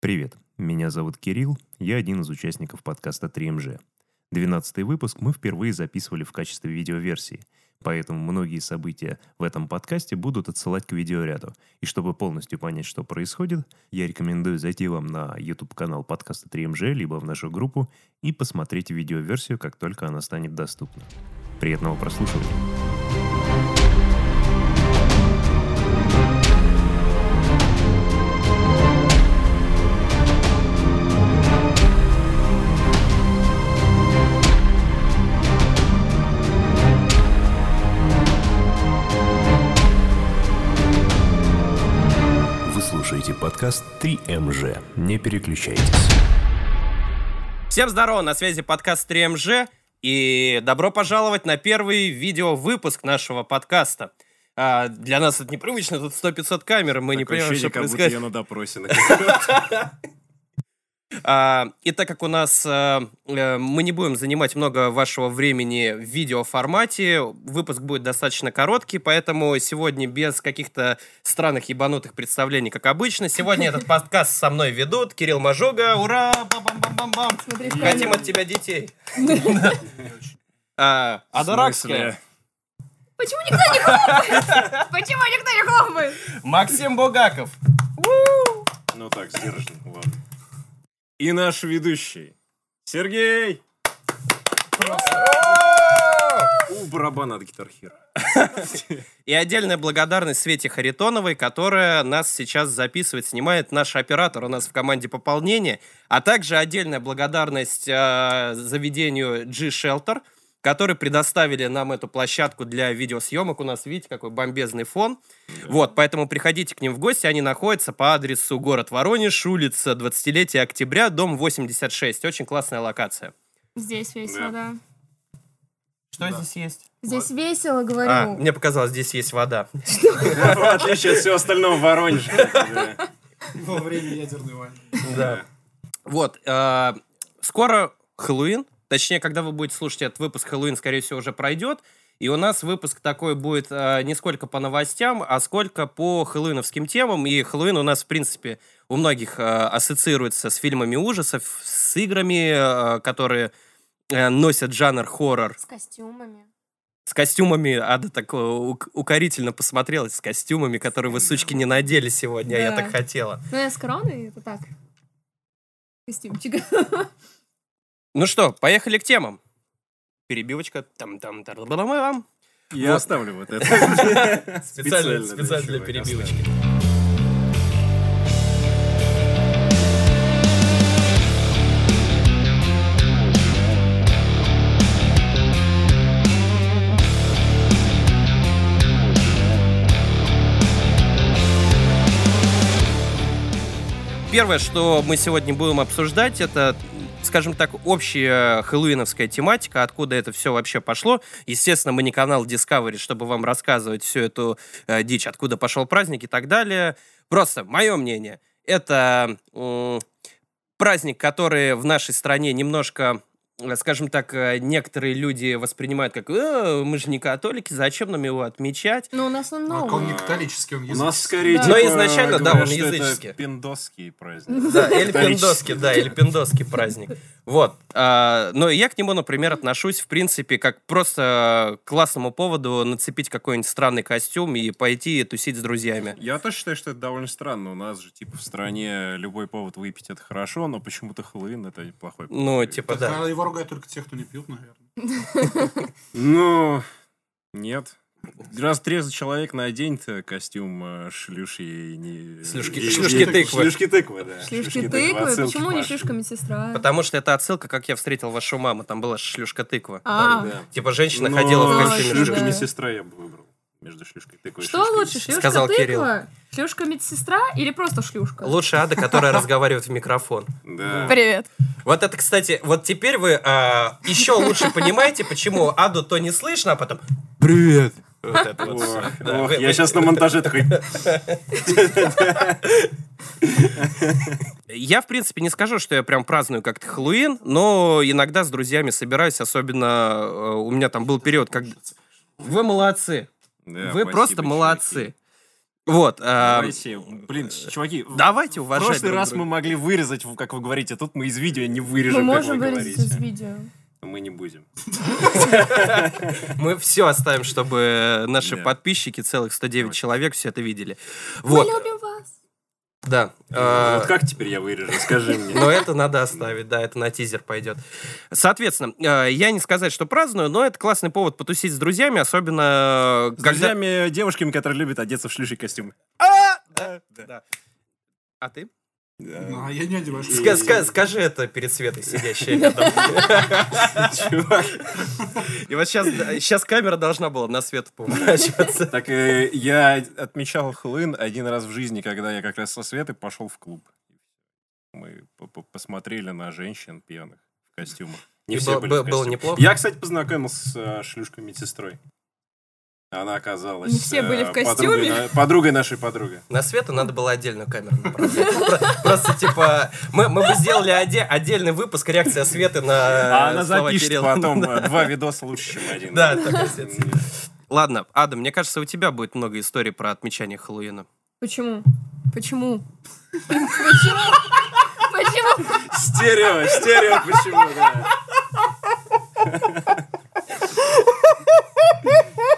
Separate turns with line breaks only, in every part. Привет, меня зовут Кирилл, я один из участников подкаста 3МЖ. 12 выпуск мы впервые записывали в качестве видеоверсии, поэтому многие события в этом подкасте будут отсылать к видеоряду. И чтобы полностью понять, что происходит, я рекомендую зайти вам на YouTube-канал подкаста 3МЖ, либо в нашу группу, и посмотреть видеоверсию, как только она станет доступна. Приятного прослушивания!
слушаете подкаст 3МЖ. Не переключайтесь.
Всем здорово, на связи подкаст 3МЖ. И добро пожаловать на первый видеовыпуск нашего подкаста. А, для нас это непривычно, тут 100-500 камер, мы так не понимаем, что
как
происходит.
я на допросе
А, и так как у нас а, э, мы не будем занимать много вашего времени в видеоформате, выпуск будет достаточно короткий, поэтому сегодня без каких-то странных ебанутых представлений, как обычно. Сегодня этот подкаст со мной ведут Кирилл Мажога. Ура! Бам-бам-бам-бам-бам! Хотим от тебя детей. А, Адаракская.
Почему никто не хлопает? Почему никто не хлопает?
Максим Бугаков.
Ну так, сдержан, ладно и наш ведущий Сергей. У барабана от гитар
И отдельная благодарность Свете Харитоновой, которая нас сейчас записывает, снимает наш оператор у нас в команде пополнения, а также отдельная благодарность э, заведению G Shelter, которые предоставили нам эту площадку для видеосъемок. У нас, видите, какой бомбезный фон. Да. Вот, поэтому приходите к ним в гости. Они находятся по адресу город Воронеж, улица 20-летия октября, дом 86. Очень классная локация.
Здесь весело, да. да.
Что да. здесь есть?
Здесь вот. весело, говорю.
А, мне показалось, здесь есть вода.
В отличие от всего остального Воронежа.
Во время ядерной войны.
Да. Вот. а, Скоро Хэллоуин, Точнее, когда вы будете слушать этот выпуск, Хэллоуин, скорее всего, уже пройдет. И у нас выпуск такой будет э, не сколько по новостям, а сколько по хэллоуиновским темам. И Хэллоуин у нас, в принципе, у многих э, ассоциируется с фильмами ужасов, с играми, э, которые э, носят жанр хоррор.
С костюмами.
С костюмами, Ада так э, укорительно посмотрелась, с костюмами, которые вы, сучки, не надели сегодня, да. а я так хотела.
Ну, я с короной, это так, костюмчик.
Ну что, поехали к темам. Перебивочка. Там, там, там, там,
Я вот. оставлю вот это.
Специально, специально для перебивочки. Первое, что мы сегодня будем обсуждать, это скажем так, общая хэллоуиновская тематика, откуда это все вообще пошло. Естественно, мы не канал Discovery, чтобы вам рассказывать всю эту э, дичь, откуда пошел праздник и так далее. Просто мое мнение, это э, праздник, который в нашей стране немножко э, скажем так, некоторые люди воспринимают как э, мы же не католики, зачем нам его отмечать?
Но Ну, у нас он новый.
Он А не католический, он языческий.
У нас скорее типа
да. Но изначально, да, он языческий.
Это пиндосский праздник.
Да, или пиндосский, да, или пиндосский праздник. Вот. а, Но я к нему, например, отношусь, в принципе, как просто к классному поводу нацепить какой-нибудь странный костюм и пойти тусить с друзьями.
Я тоже считаю, что это довольно странно. У нас же, типа, в стране любой повод выпить это хорошо, но почему-то Хэллоуин это плохой повод.
Ну, типа, да
ругают только тех, кто не пьют, наверное.
Ну, нет. Раз трезвый человек наденет костюм э, шлюши не...
Шлюшки, и, шлюшки тыквы.
Шлюшки тыквы, да.
Шлюшки, шлюшки тыквы. тыквы. Почему не шлюшка медсестра?
Потому что это отсылка, как я встретил вашу маму. Там была шлюшка тыква.
А.
Да. Типа женщина
Ну,
Но ходила в костюме.
Шлюшка медсестра я бы выбрал между шлюшкой тыквой
Что шлюшкой. лучше, шлюшка
Сказал
тыква,
Кирилл.
шлюшка медсестра или просто шлюшка?
Лучше Ада, которая разговаривает в микрофон.
Да.
Привет.
Вот это, кстати, вот теперь вы а, еще лучше понимаете, почему Аду то не слышно, а потом «Привет». Вот это вот.
Ох, да, ох, вы, я вы... сейчас на монтаже такой...
Я, в принципе, не скажу, что я прям праздную как-то Хэллоуин, но иногда с друзьями собираюсь, особенно э, у меня там был период, когда... Вы молодцы. Да,
yeah,
Вы просто молодцы. Чуваки. Вот. а,
Давайте, блин, ч- чуваки. в-
Давайте
В
уважать
прошлый
друг
раз мы
друга.
могли вырезать, как вы говорите, а тут мы из видео не вырежем,
Мы
как
можем
вы
вырезать из
говорите.
видео.
Мы не будем.
мы все оставим, чтобы наши
Да.
подписчики, целых 109 человек, все это видели.
Мы
Вот,
любим вас.
да. А,
Вот как теперь я вырежу, скажи мне.
Но это надо оставить, да, это на тизер пойдет. Соответственно, э, я не сказать, что праздную, но это классный повод потусить с друзьями, особенно э,
С
когда-
друзьями, девушками, которые любят одеться в шлюший костюм.
А! Да, да. А ты?
А я не одеваюсь.
Ска- ска- Скажи это перед Светой, сидящей рядом.
Чувак,
И вот сейчас, сейчас камера должна была на Свету поворачиваться.
Так э, я отмечал Хэллоуин один раз в жизни, когда я как раз со Светой пошел в клуб. Мы по- по- посмотрели на женщин пьяных в костюмах. Не
И
все
был-
были в
был- было
костюмах.
неплохо?
Я, кстати, познакомился с э, шлюшкой-медсестрой. Она оказалась...
Не все
э,
были в
подругой
костюме.
на- Подругой нашей подруги.
На Свету надо было отдельную камеру направлять. Про- Просто, типа, мы, мы бы сделали оде- отдельный выпуск реакция Светы на
А она
слова
запишет
Кирилла.
потом э, два видоса лучше, чем один.
Да, так, естественно.
М,
Ладно, Адам, мне кажется, у тебя будет много историй про отмечание Хэллоуина.
Почему? Почему?
Почему?
Стерео, стерео, почему, да.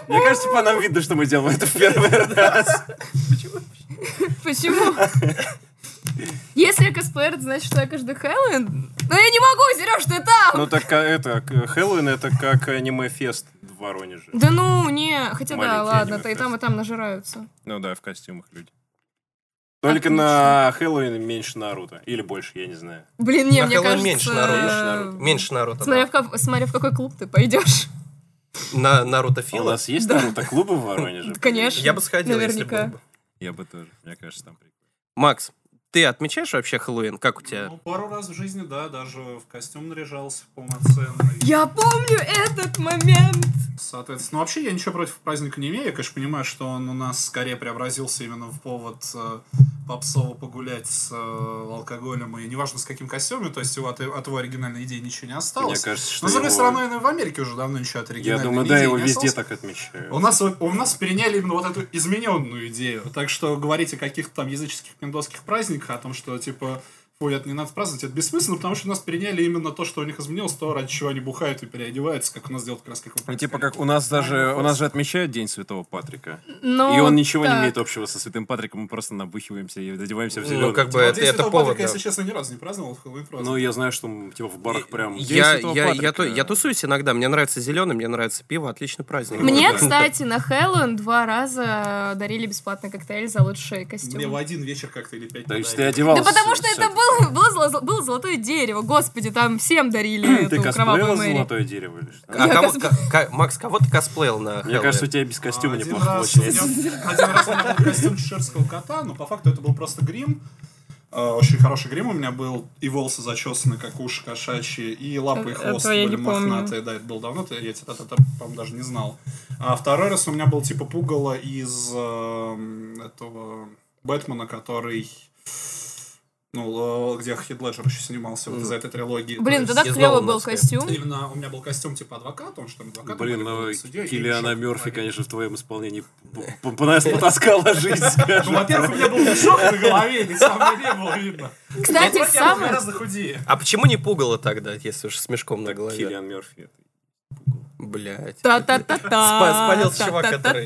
Мне кажется, по нам видно, что мы делаем это в первый раз.
Почему? Если я косплеер, это значит, что я каждый Хэллоуин? Но я не могу, Сереж, ты там!
Ну так а, это, к- Хэллоуин это как аниме-фест в Воронеже.
Да ну, не, хотя
Маленький
да, ладно,
аниме
то и там, и там нажираются.
Ну да, в костюмах люди. Только
Отлично.
на Хэллоуин меньше Наруто. Или больше, я не знаю. А
Блин, не,
На
мне
Хэллоуин меньше
кажется... э,
народу,
меньше народу.
Меньше Наруто. да.
Смотря в, ка- смотря в какой клуб ты пойдешь.
На Наруто
А у
Фила.
нас есть
Да.
Наруто-клубы в Воронеже?
Конечно.
Я бы сходил, если
Наверняка.
бы был бы.
Я бы тоже. Мне кажется, там прикольно.
Макс, ты отмечаешь вообще Хэллоуин? Как у тебя?
Ну, пару раз в жизни, да, даже в костюм наряжался полноценно. И,
Я помню этот момент!
Соответственно, вообще я ничего против праздника не имею. Я, конечно, понимаю, что он у нас скорее преобразился именно в повод э, попсово погулять с э, алкоголем и неважно с каким костюмом, то есть его от, от его оригинальной идеи ничего не осталось.
Мне кажется, что
Но, с другой
его-
стороны, наверное, в Америке уже давно ничего от
Я
оригинальной
думаю,
идеи
да, его
не
везде
осталось.
так
У
отмечают.
нас, вот- у нас переняли именно вот эту измененную идею. Так что говорить о каких-то там языческих пиндосских праздниках, о том, что типа фу, это не надо праздновать, это бессмысленно, потому что у нас переняли именно то, что у них изменилось, то, ради чего они бухают и переодеваются, как у нас делают как раз как вы
Ну, типа
сказали.
как у нас даже... У нас же отмечают День Святого Патрика.
Но
И он ничего не
Ну, так.
имеет общего со Святым Патриком, мы просто набухиваемся и одеваемся в
Ну,
зеленый.
как бы-
Вот
это-
День
это
Святого
повод,
Патрика,
да.
если честно, ни разу не праздновал, в Хэллоуин
Ну,
праздновал.
я знаю, что м, типа в барах прям... День
Я,
Святого
я, я,
Патрика.
ту- я тусуюсь иногда, мне нравится зеленый, мне нравится пиво, отличный праздник.
Мне,
Да.
кстати, на Хэллоуин два раза дарили бесплатный коктейль за лучший костюм.
Мне в один вечер как-то или пять
То есть Ну, ты
подарили.
одевался...
Да потому что
с-
это было, было, золо- было золотое дерево, господи, там всем дарили
Ты
эту
косплеила
кровавую Мэри.
золотое дерево или что?
А кого- ка- ка- Макс, кого ты косплеил на
Мне
Хэллоуин?
кажется, у тебя без костюма
А, Один
неплохо
раз
получилось.
у меня- Один раз у меня был костюм чеширского кота, но по факту это был просто грим. Э, Очень хороший грим у меня был, и волосы зачесаны, как уши кошачьи, и лапы, и
Этого
хвост
я
были
Э, не помню.
мохнатые. Да, это было давно, то я это, по-моему, даже не знал. А второй раз у меня был типа пугало из эм, этого Бэтмена, который... Ну, э, где Хид Леджер еще снимался вот из этой трилогии.
Блин,
То
тогда
Из
клево был
Нолановской.
костюм.
Именно у меня был костюм типа адвоката, он что там адвокат?
Блин, ну, Киллиана Мерфи,
Мерфи,
конечно, в твоем исполнении п- п- нас потаскала жизнь,
Ну,
скажем.
во-первых, у меня был мешок на голове, ни сам не было видно.
Кстати,
Во-вторых, я был
самое...
гораздо худее.
А почему не пугало тогда, если уж с мешком на голове?
Киллиан Мерфи.
Блять.
Та-та-та-та.
Спалил чувак, который...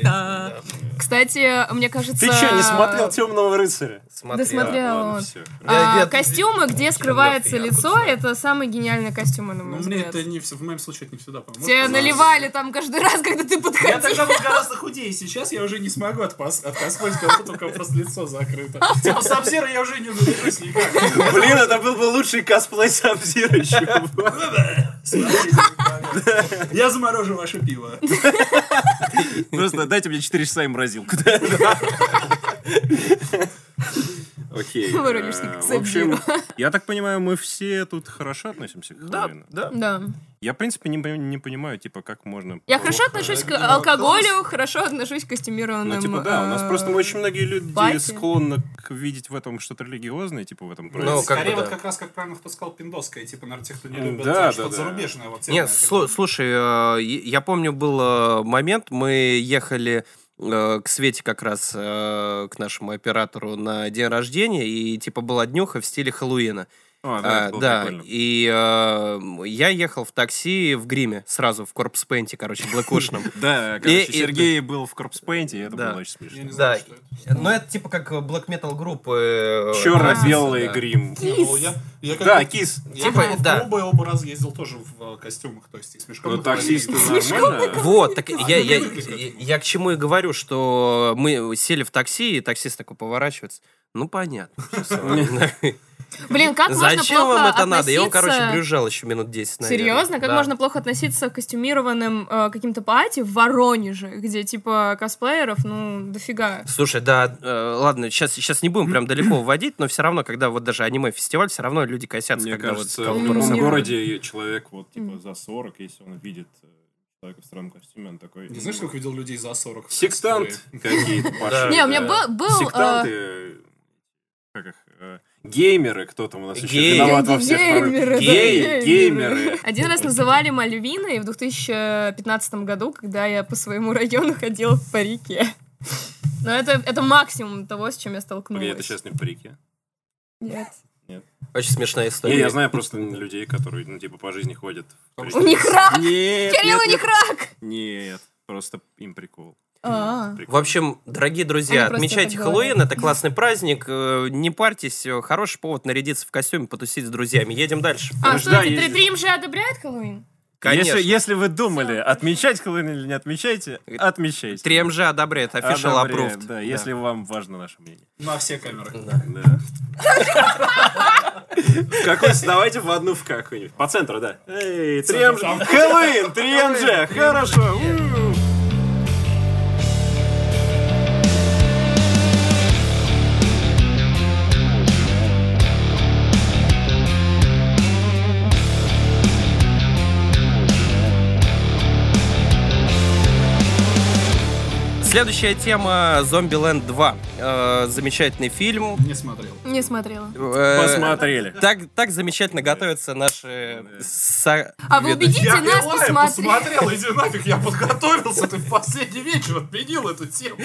да,
Та-та-та-та. Кстати, мне кажется...
Ты что, не смотрел Темного рыцаря?
смотрел.
смотрел. Смотрела
Ладно,
он.
всё.
а,
Я- я-
костюмы, где скрывается
я
лицо,
откуда знаю.
это самый гениальный костюм, на
Ну,
мой
мне
взгляд.
это не вс- в моем случае это не всегда поможет.
Тебя
Пожалуйста.
наливали там каждый раз, когда ты
Я
подходил.
тогда был гораздо худее, сейчас я уже не смогу от пос- от косплея, когда только просто лицо закрыто. Типа сабзера я уже не наберусь никак.
Блин, это был бы лучший косплей Сабзира еще.
Смотрите, Я заморожу ваше пиво.
Просто дайте мне 4 часа и морозилку. Окей.
Вы ролишники
э,
к
В общем, я так понимаю, мы все тут хорошо относимся к Хэллоуину.
Да.
Да.
Я, в принципе, не пон- не понимаю, типа, как можно...
Я хорошо
плохо-
отношусь к алкоголю, хорошо отношусь к костюмированным.
Ну, типа, да, у нас
э,
просто очень многие люди
платье.
склонны к видеть в этом что-то религиозное, типа, в этом
Ну,
проекте.
как
Скорее
бы
вот
да.
как раз, как правильно кто сказал, пиндоская, типа, наверное, тех, кто не
М,
любит
да,
а,
да,
что-то
да.
зарубежное. вот тема,
Нет,
как
слу- а,
бы.
слушай, э, я я помню, был э, момент, мы а, ехали э, к Свете как раз, э, к нашему оператору на день рождения, и типа была днюха в стиле Хэллоуина.
А,
А,
да, это было
да,
прикольно.
и э, я ехал в такси в гриме сразу, в корпс-пенте, короче, блэкушном.
Да, короче,
и-
Сергей был в корпспейнте, и это
Да.
было очень
Я
смешно.
не знаю,
Да.
что это.
Ну, это типа как э, black metal группы. э,
Черно-белый
да.
грим.
Не, ну, я- я как
Да,
бы-
кис.
Я
Типа,
как бы в
да.
клубы оба раза ездил тоже в э, костюмах, то есть и с мешком.
Ну,
и
таксисты
ходил.
нормально.
Вот, так я,
они
я,
привыкли к этому.
я к чему и говорю, что мы сели в такси, и таксист такой поворачивается. Ну, понятно. всё сразу».
Блин, как можно
Зачем
плохо
вам это надо? И он, короче,
относиться-
брюзжал еще минут 10, наверное.
Серьезно? Как
Да.
можно плохо относиться к костюмированным э, каким-то пати в Воронеже, где, типа, косплееров, ну, дофига.
Слушай, да, э, ладно, сейчас, сейчас не будем прям далеко уводить, но все равно, когда вот даже аниме-фестиваль, все равно люди косятся,
Мне
когда
кажется,
вот
в
кого-то
м,
любом
не
разобрали.
городе человек вот типа
М.
за 40, если он видит э, человека в странном костюме, он такой...
Не знаешь, как видел людей за 40? в
Сектант
косплее?
какие-то, Паша.
Не, у меня
да.
был- был, э,
Сектанты... э, Как их? э, Геймеры, кто там у нас еще
Гей-
виноват во всех
Геймеры,
пороках?
да,
Геи, геймеры.
Один раз называли Мальвиной в 2015 году, когда я по своему району ходила в парике. Но это, это максимум того, с чем я столкнулась.
Погоди, это сейчас не в парике.
Нет.
Очень смешная история.
Не, я знаю просто людей, которые, ну, типа, по жизни ходят. в
У
парике.
У них рак!
Нет,
Кирилл,
нет,
у них
нет.
рак!
Нет, просто им прикол.
А.
Прикол.
В общем, дорогие друзья,
Они просто
отмечайте
так
Хэллоуин, это классный праздник, э, не парьтесь, э, хороший повод нарядиться в костюме, потусить с друзьями. Едем дальше.
А,
Ну,
что,
да,
это
есть же.
Трим же одобряет Хэллоуин?
Конечно.
Если, если вы думали, отмечать Хэллоуин или не отмечайте, отмечайте.
3МЖ одобряет, official
Одобряем,
approved.
Да, если вам важно наше мнение.
На все камеры.
Да. В Какой, давайте в одну в какую-нибудь. По центру, да. Эй, 3МЖ. Хэллоуин, Э, 3МЖ. Хорошо. у.
Следующая тема «Зомбиленд 2». Э, замечательный фильм.
Не смотрел.
Не смотрела.
Э,
Посмотрели.
Так, так замечательно готовятся наши... со-
А вы
ведущие.
убедите нас
Элая
посмотреть.
посмотрел, иди нафиг, я подготовился, ты в последний вечер отменил эту тему.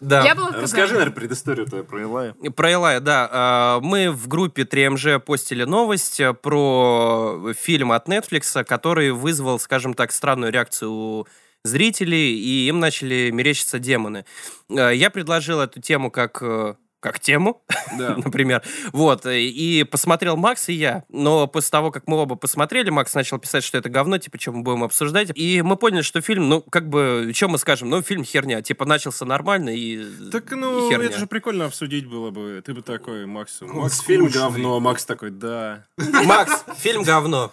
Да.
Я была в
Расскажи,
Казани.
наверное, предысторию твою про Илая.
Про Элая, да. Э, Мы в группе 3МЖ постили новость э, про фильм от Netflix, который вызвал, скажем так, странную реакцию у зрителей, и им начали мерещиться демоны. Э, Я предложил эту тему как э, как тему,
Да.
например. Вот. э, И посмотрел Макс и я. Но после того, как мы оба посмотрели, Макс начал писать, что это говно, типа, чем мы будем обсуждать. И мы поняли, что фильм, ну, как бы, что мы скажем? Ну, фильм херня. Типа, начался нормально и...
Так, ну,
и херня.
это же прикольно обсудить было бы. Ты бы такой, Макс,
Он
Макс, фильм
скучный.
говно. а Макс такой, да.
Макс, фильм говно.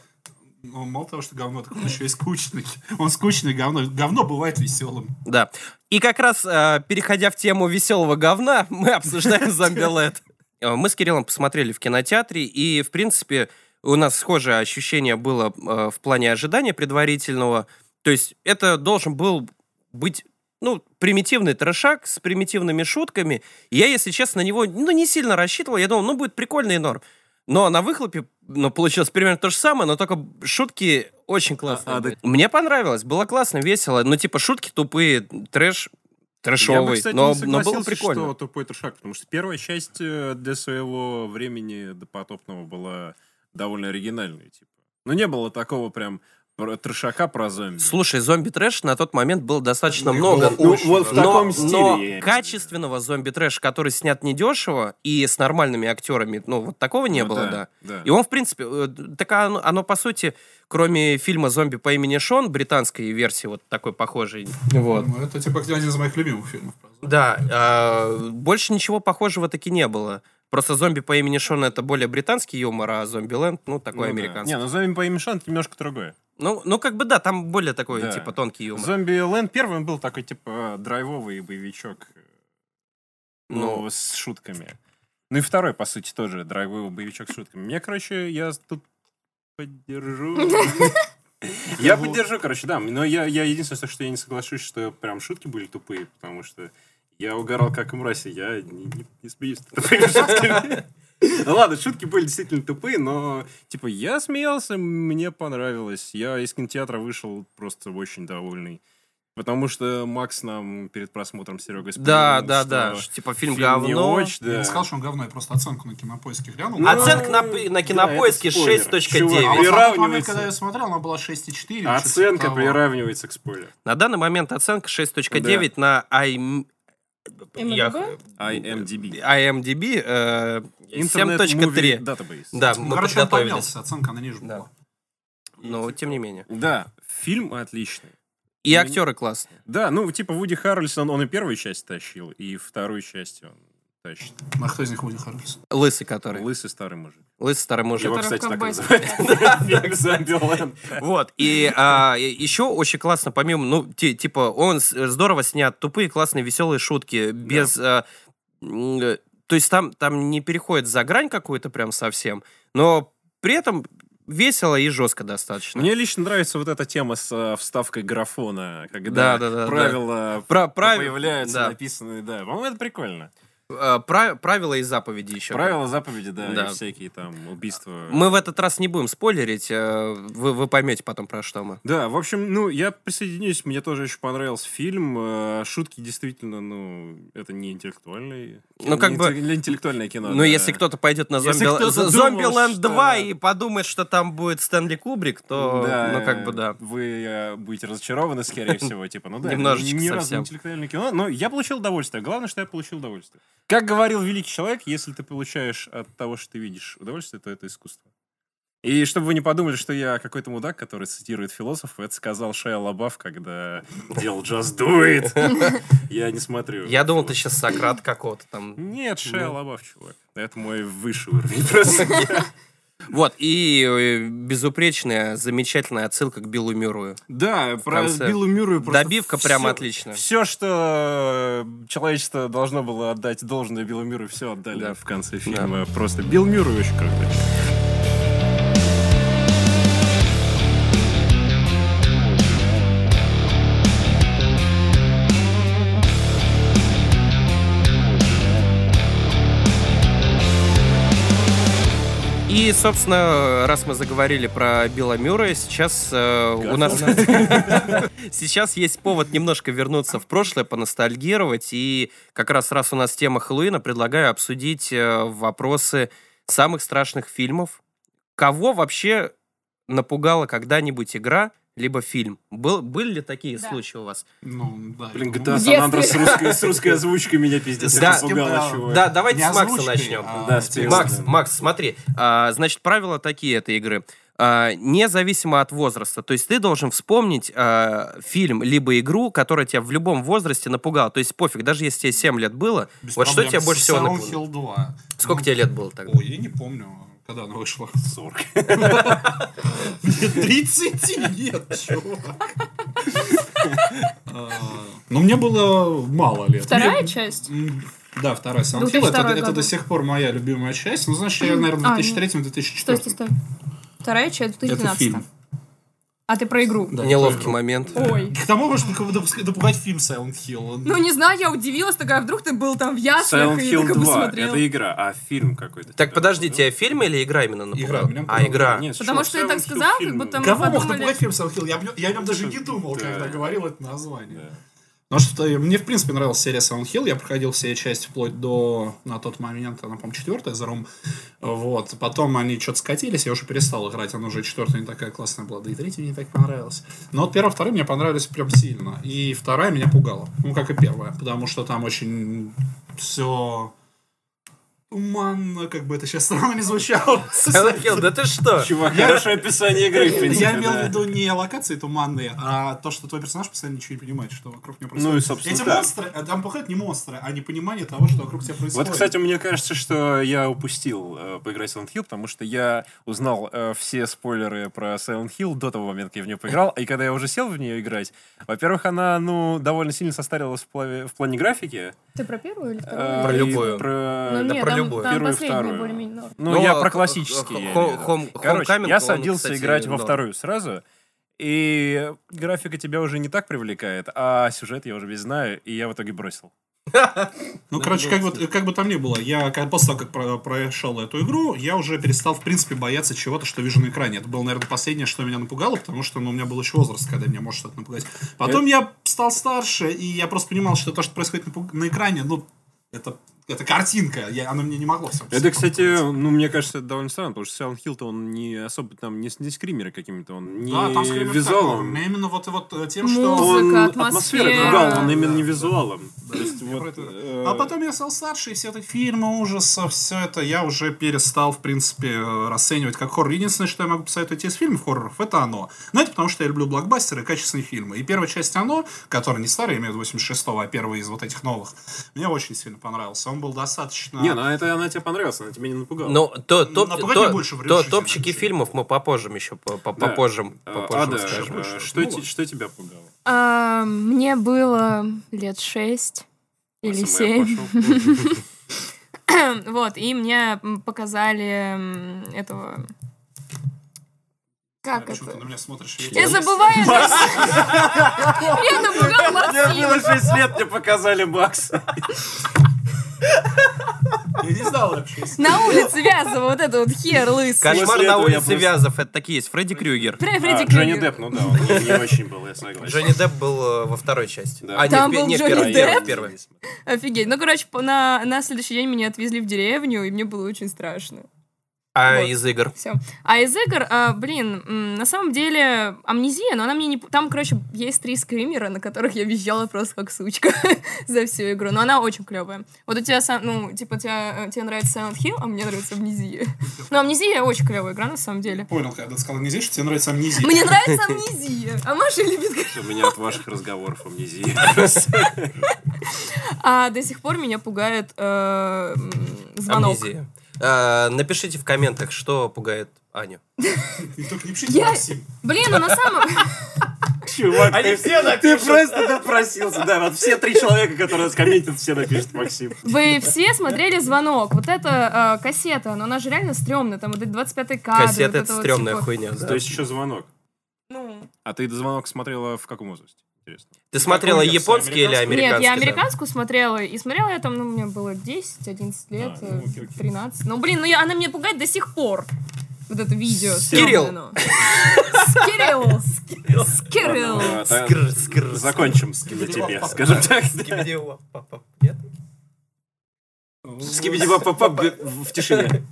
Ну, мало того, что говно, так он еще и скучный. Он скучный говно. Говно бывает веселым.
Да. И как раз, э, переходя в тему веселого говна, мы обсуждаем «Зомбилэд». Э, Мы с Кириллом посмотрели в кинотеатре, и, в принципе, у нас схожее ощущение было э, в плане ожидания предварительного. То есть это должен был быть ну, примитивный трешак с примитивными шутками. И Я, если честно, на него ну, не сильно рассчитывал. Я думал, ну, будет прикольный норм. Но на выхлопе ну, получилось примерно то же самое, но только шутки очень классные.
А, а,
были. Мне понравилось, было классно, весело. Ну, типа, шутки тупые, трэш,
Я бы,
трэшовый,
кстати,
но,
не
но было
согласился,
прикольно.
что тупой трешак, потому что первая часть э, для своего времени допотопного была довольно оригинальной, типа. Ну, не было такого прям про- трешака про зомби.
Слушай, зомби-трэш на тот момент было достаточно
Их
много.
было
Ну,
очень,
вот в
да.
таком
но,
стиле.
но
я имею в
качественного зомби-трэша, который снят недешево и с нормальными актерами, ну, вот такого не
виду.
было, да.
да.
И он, в принципе, э, так оно, оно, по сути, кроме фильма «Зомби по имени Шон», британской версии вот такой похожей, вот.
Ну, это типа один из моих любимых фильмов.
Да, а, больше ничего похожего таки не было. Просто «Зомби по имени Шон» — это более британский юмор, а «Зомбиленд» — ну, такой
Ну да.
американский.
Не, ну зомби по имени Шон это немножко другое.
Ну, ну, как бы да, там более такой,
Да.
типа, тонкий юмор.
Зомби Ленд первым был такой, типа, драйвовый боевичок. э, Ну,
Ну.
с шутками. Ну и второй, по сути, тоже драйвовый боевичок с шутками. Мне, короче, я тут поддержу. Я поддержу, короче, да. Но я, я единственное, что я не соглашусь, что прям шутки были тупые, потому что я угорал как мразь, и я не, не- не смеюсь над тупыми шутками. Ну ладно, шутки были действительно тупые, но типа я смеялся, мне понравилось. Я из кинотеатра вышел просто очень довольный. Потому что Макс нам перед просмотром Серега
Да, да, да. Ш- Типа фильм говно.
Я не сказал, что он говно, я просто оценку на кинопоиске глянул.
Ну,
Оценка на, п- на кинопоиске
это спойлер.
А
6.9.
вот на тот момент,
приравнивается.
когда я смотрел, она была 6,4. или что-то
Оценка
того.
приравнивается к спойлеру.
На данный момент оценка 6.9 на IM... я-
IMDb?
IMDb.
IMDb э,
Internet
7.3
Movie Database.
Да,
Ну,
мы
Короче, он
подготовились.
поднялся, оценка на ниже
Да.
была.
Но тем не менее.
Да, фильм отличный.
И
Ну,
актеры классные.
Да, ну, типа Вуди Харрельсон, он и первую часть тащил, и вторую часть он тащит.
А кто из них Вуди Харрельсон?
Лысый который.
Лысый старый мужик.
Лысый старый мужик.
Его,
Который в
кстати, так и
ковбойском
называют. Фиг забил.
Вот. И а, и- еще очень классно, помимо, ну, ти- типа, он с- здорово снят, тупые, классные, веселые шутки, без... а, м, э, то есть там, там не переходит за грань какую-то прям совсем, но при этом весело и жестко достаточно.
Мне лично нравится вот эта тема с э, вставкой графона, когда
Да, да, да, да.
правила
Про, прав-
появляются
да.
написанные, да. По-моему, это прикольно.
Э, пра- правила и заповеди еще.
Правила заповеди, да,
Да.
и всякие там убийства.
Мы в этот раз не будем спойлерить, э, вы, вы поймете потом, про что мы.
Да, в общем, ну, я присоединюсь, мне тоже очень понравился фильм. Э, Шутки действительно, ну, это не интеллектуальные.
Ну, как
не
бы-
интел- не интеллектуальное кино.
Ну,
да.
если кто-то пойдет на
Если
зомби...
кто-то
З-
думал,
Зомбиленд
что-
2 и подумает, что там будет Стэнли Кубрик, то,
Да,
ну, как бы, да.
Вы э, будете разочарованы, скорее всего, типа, ну да, это
Немножечко
ни разу не
совсем.
интеллектуальное кино, но я получил удовольствие. Главное, что я получил удовольствие. Как говорил великий человек, если ты получаешь от того, что ты видишь удовольствие, то это искусство. И чтобы вы не подумали, что я какой-то мудак, который цитирует философов, это сказал Шайа Лабаф, когда делал Just Do It. Я не смотрю.
Я думал, ты сейчас Сократ какого-то там.
Нет, Шайа Лабаф, чувак. Это мой высший уровень просто.
Вот, и э, безупречная, замечательная отсылка к Биллу Мюррею.
Да, про
конце.
Биллу Мюррею просто
Добивка прямо отличная.
Все, что э, человечество должно было отдать должное Биллу Мюррею, все отдали
Да.
в конце фильма. Просто Билл Мюррей очень круто.
И, собственно, раз мы заговорили про Билла Мюррея, сейчас э, у нас... Сейчас есть повод немножко вернуться в прошлое, поностальгировать. И как раз раз у нас тема Хэллоуина, предлагаю обсудить э, вопросы самых страшных фильмов. Кого вообще напугала когда-нибудь игра, либо фильм? Был, были ли такие
Да.
случаи у вас?
Ну, да.
Блин,
я думаю.
GTA
В детстве.
San Andreas с русской, с русской озвучкой меня пиздец
Да.
напугало,
Да.
чувак.
Да, давайте
Не
с Макса
озвучкой,
начнем.
а
Да, с
текстом.
текста.
Макс, Макс, смотри, а, значит, правила такие этой игры. А, независимо от возраста. То есть ты должен вспомнить а, фильм либо игру, которая тебя в любом возрасте напугала. То есть пофиг, даже если тебе 7 лет было,
Без
вот что
проблем.
тебе больше всего
Silent
напугало?
Hill 2.
Сколько тебе лет было тогда?
Ой, я не помню, когда она вышла. 40. 30 нет, чувак. А, Ну, мне было мало лет.
Вторая часть?
М, Да, вторая Silent Hill.
2002
Это, это
году.
до сих пор моя любимая часть. Ну, знаешь, я, наверное,
А,
в
нет.
2003-2004.
Стой, стой, стой. Вторая часть в
Это
2013
фильм.
А ты про игру?
Да,
Неловкий
это-
момент.
Ой.
К тому, может допуск- допугать фильм Silent Hill. Он-
Ну, не знаю, я удивилась такая, а вдруг ты был там в яслях
Silent
и только
Hill 2 —
посмотрел.
это игра, а фильм какой-то.
Так
тебя
подожди,
напугал?
тебе фильм или игра именно напугала?
Игра, меня
а,
напугала.
игра.
Нет,
Потому
чувак,
что я
Silent
так
Hill
сказал, как
фильм.
будто мы-
Кого мог
подумали-
напугать фильм Silent Hill? Я, в нё- я о нем даже не думал,
Да.
когда говорил это название.
Да.
Потому что э, мне, в принципе, нравилась серия Silent Hill. Я проходил все части вплоть до, на тот момент, она, по-моему, четвертая, за Ром. Вот. Потом они что-то скатились, я уже перестал играть. Она уже четвертая не такая классная была, да и третья мне не так понравилась. Но вот первая, вторая мне понравились прям сильно. И вторая меня пугала. Ну, как и первая. Потому что там очень все туманно, как бы это сейчас странно не звучало.
Silent Hill, да ты что?
Чувак, хорошее описание игры, в принципе,
Я имел в
да.
виду не локации туманные, а то, что твой персонаж постоянно ничего не понимает, что вокруг него происходит.
Ну и, собственно,
Эти
да.
монстры, а там пугают не монстры, а непонимание того, что вокруг тебя происходит.
Вот, кстати, мне кажется, что я упустил э, поиграть в Silent Hill, потому что я узнал э, все спойлеры про Silent Hill до того момента, как я в нее поиграл. И когда я уже сел в нее играть, во-первых, она, ну, довольно сильно состарилась в, плаве- в плане графики.
Ты про первую или
э,
вторую?
Про
и
любую.
про-
Ну,
да
нет,
про
там-
любую.
там
Первую и
последняя
вторую.
более-менее норм.
Ну,
Ну,
я
а
про
хо-
классические. я
хо-
имею в виду.
хом-
Короче,
Homecoming,
я
он,
садился
кстати,
играть во
норм.
вторую сразу, и графика тебя уже не так привлекает, а сюжет я уже весь знаю, и я в итоге бросил.
Ну, короче, как бы, как бы там ни было, я как- после того, как про- прошел эту игру, я уже перестал, в принципе, бояться чего-то, что вижу на экране. Это было, наверное, последнее, что меня напугало, потому что ну, у меня был еще возраст, когда меня может что-то напугать.
Э,
Потом я стал старше, и я просто понимал, что то, что происходит на, пу- на экране, ну, это, это картинка, я, она мне не могла всё
Это, кстати, ну, мне кажется, это довольно странно, потому что Silent Hill-то он не особо там, не, с- не скримеры какими-то, он не
Да, там скример такой,
визуалом.
но именно вот, вот э, тем,
Ну,
что...
Он
Музыка,
атмосферой
атмосфера.
пугал, он
Да,
именно не
да,
визуалом. То есть
Я про
вот,
это-
э,
А потом я стал старше, и все эти фильмы ужасов, все это я уже перестал, в принципе, э, расценивать как хоррор. Единственное, что я могу посоветовать из фильмов хорроров, это «Оно». Но это потому, что я люблю блокбастеры и качественные фильмы. И первая часть «Оно», которая не старая, имеет 86-го, а первая из вот этих новых, мне очень сильно понравился. Он был достаточно...
Не, ну это она тебе понравилась, она тебя не напугала.
Ну, то, топ,
Напугать
то-
не больше в
то-
решительности.
топчики фильмов мы попозже еще, по- по-
Да.
попозже,
А,
попозже
Ада,
расскажем.
э,
Ну,
что, те- что тебя пугало?
А, Мне было лет шесть или
СМР
семь.
пошел.
Вот, и мне м, показали м, этого...
Я
Как
почему-то на
это?
меня смотришь, и
Я забываю это всё. Меня напугал Максим.
было 6 лет, мне показали бакс.
Я не знал вообще.
На улице Вязова вот этот вот хер лысый.
Кошмар
После
на
этого я
улице
просто-
Вязов, это такие есть, Фредди Крюгер.
Фре- Фредди
А, Джонни
Крюгер.
Депп, ну да, он не не очень был, я согласен.
Джонни Депп был э, во второй части.
Да.
А, не,
Там
в пе-
был
не, в первой,
Джонни
в первой, в первой.
Офигеть. Ну, короче, по- на, на следующий день меня отвезли в деревню, и мне было очень страшно.
А
Вот.
из игр?
Все. А из игр, а, блин, м, на самом деле, амнезия, но она мне не... п- Там, короче, есть три скримера, на которых я визжала просто как сучка за всю игру. Но она очень клевая. Вот у тебя, сам- ну, типа, тебя, э, тебе нравится Silent Hill, а мне нравится амнезия. Но амнезия очень клевая игра, на самом деле.
Понял, когда ты сказал «Амнезия», что тебе нравится «Амнезия».
Мне нравится амнезия, а Маша любит
У меня от ваших разговоров амнезия.
А до сих пор меня пугает э, м, звонок.
Амнезия. А, Напишите в комментах, что пугает Аню.
И только не пишите
Я-
«Максим».
Блин, ну на самом...
Чувак,
Они
ты-
все
ты
напишут.
просто допросился. Да, вот все три человека, которые нас комментят, все напишут Максим.
Вы все смотрели «Звонок». Вот эта э, кассета, но она же реально стрёмная. Там вот эти 25-й кадр.
Кассета
А, вот
это
вот,
стрёмная
типа,
хуйня. да.
То есть еще звонок.
ну.
А ты звонок смотрела в каком возрасте? Интересно.
Ты смотрела
версия?
японский или
Американский?
американский?
Нет, я
да?
американскую смотрела, и смотрела я там, ну, мне было 10-11 лет,
А, ну,
э,
окей, окей.
13. Ну, блин, ну я, она меня пугает до сих пор. Вот это видео.
Кирилл.
стрёмное, ну. Скирилл. Скирилл.
Ладно, та-
Скр- скр-
Закончим с тебе, скажем так.
скибиди-о, пап-пап. Нет?
Скибидибапапап в тишине.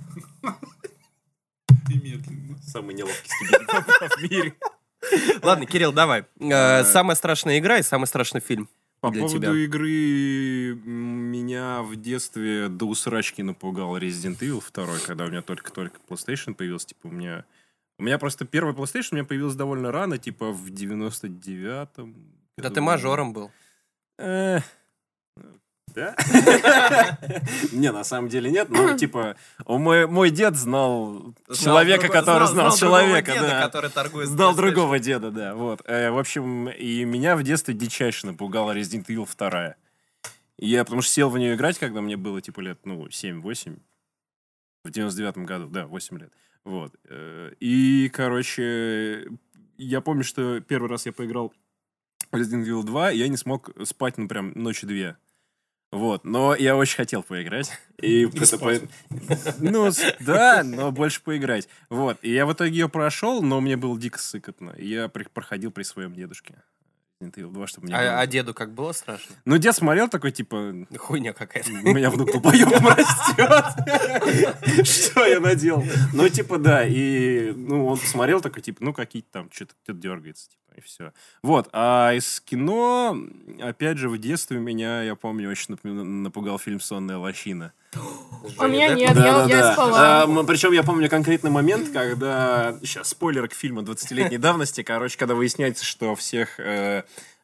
И медленно.
Самый неловкий скибидибапап в мире.
Ладно, Кирилл, давай. Э, Самая страшная игра и самый страшный фильм.
По
для
поводу
тебя.
игры м, меня в детстве до усрачки напугал Resident Evil 2, когда у меня только-только PlayStation появился. Типа у меня... У меня просто первый PlayStation у меня появился довольно рано, типа в 99-м.
Да
году.
ты мажором был.
Э, Да? Не, на самом деле нет. Ну, типа, о, мой мой дед знал человека,
другого-
который знал
другого
человека.
деда,
да.
который торгует
Знал
PlayStation.
другого деда, да. Вот. Э, в общем, и меня в детстве дичайше напугала Resident Evil 2. И Я потому что сел в нее играть, когда мне было типа лет, ну, 7-8. В 99-м году, да, 8 лет. Вот. Э, И, короче, я помню, что первый раз я поиграл в Resident Evil 2, и я не смог спать, ну, прям ночи две. Вот, но я очень хотел поиграть. И это
спать.
по- Ну, с- да, но больше поиграть. Вот, и я в итоге ее прошел, но мне было дико сыкотно. И Я при- проходил при своем дедушке. Resident Evil 2, чтобы мне было-
А, а деду как было страшно?
Ну, дед смотрел такой, типа,
Да Хуйня какая-то.
у меня внук долбоебом растет. Что я наделал? Ну, типа, да. И ну, он посмотрел такой, типа, ну, какие-то там, что-то дергается, типа, и все. Вот. А из кино, опять же, в детстве меня, я помню, очень напомина- напугал фильм «Сонная лощина».
У меня
Да?
нет, я я спала.
Причем А, я помню конкретный момент, когда... Сейчас, спойлер к фильму 20-летней давности. Короче, когда выясняется, что всех э,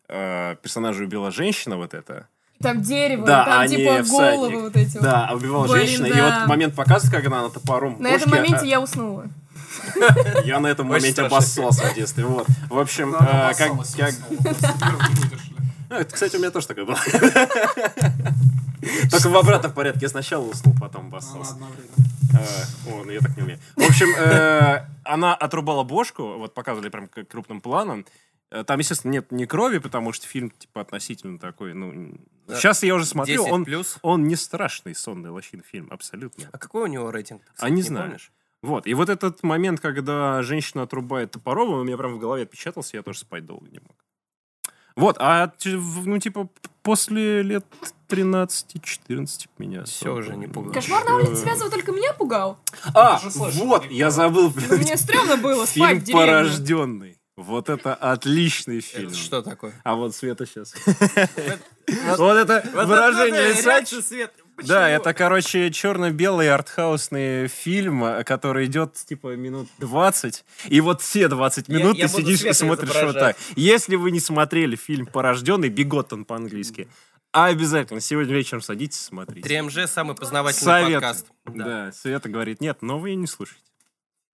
э, персонажей убила женщина вот эта.
Там дерево,
Да,
там
они
типа
всадник.
головы вот эти вот.
Да, а убивала
Блин,
женщина. И
да.
вот момент показывает, как она на топором.
На
бошки,
этом моменте
а-
я уснула.
я... на этом моменте
страшно.
обоссался в детстве. Вот. В общем,
Да,
э, как...
Ну, обоссалась,
как-
обоссалась. Не выдержали.
Ну, это, кстати, у меня тоже такое было. Только в обратном порядке. Я сначала уснул, потом
Она
обоссался.
одновременно.
Э, О, ну я так не умею. В общем, э, она отрубала бошку, вот показывали прям к- крупным планом, Э, Там, естественно, нет ни крови, потому что фильм, типа, относительно такой, ну... н- Сейчас я уже смотрю,
10
он,
плюс.
он не страшный сонный лощин фильм, абсолютно.
А какой у него рейтинг? ты,
А
кстати,
не знаю.
помнишь?
Вот, и вот этот момент, когда женщина отрубает топором, он у меня прям в голове отпечатался, я тоже спать долго не мог. Вот, а, т- в- ну, типа, п- после лет 13-14 меня...
Всё
особо
уже не пугает.
Кошмар на улице связывал только меня пугал.
А,
Ты же слышишь,
вот, я забыл,
Ну, Мне
блядь,
стрёмно было спать в
фильм
деревне.
«Порожденный». Вот это отличный фильм.
Это Э, что такое?
А вот Света сейчас.
Вот-
Вот это выражение лица.
Реакция свет.
Да,
Почему?
это, короче, черно-белый артхаусный фильм, э, который идет, типа, минут 20. И вот все 20
Я-
минут
я
ты
буду
сидишь и
Свету
смотришь вот так.
изображать.
Если вы не смотрели фильм «Порожденный», «Биготтон» по-английски, обязательно сегодня вечером садитесь и смотрите.
3МЖ самый познавательный
Совет.
подкаст. Да.
Да, Света говорит, нет, но вы ее не слушаете.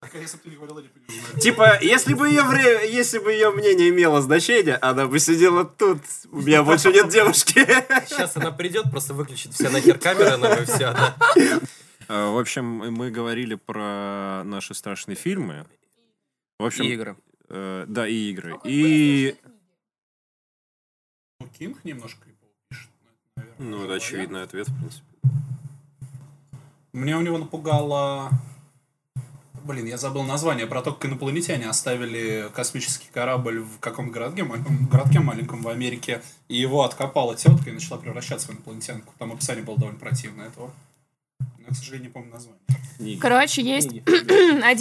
Так, а если бы ты не говорила, я не понимаю.
Типа, если бы ее вре- если бы ее мнение имело значение, она бы сидела тут. У меня больше нет девушки.
Сейчас она придет, просто выключит все нахер камеры, нам и все. да.
Э, В общем, мы говорили про наши страшные фильмы. В общем,
И игры.
э, да, и игры. И,
Ну, Кинг немножко и пишет, наверное.
ну, это очевидный ответ, в принципе.
Мне у него напугало... Блин, я забыл название. Про то, как инопланетяне оставили космический корабль в каком городке, маленьком, городке маленьком в Америке, и его откопала тетка и начала превращаться в инопланетянку. Там описание было довольно противно этого. Но я, к сожалению, не помню название.
Короче, есть один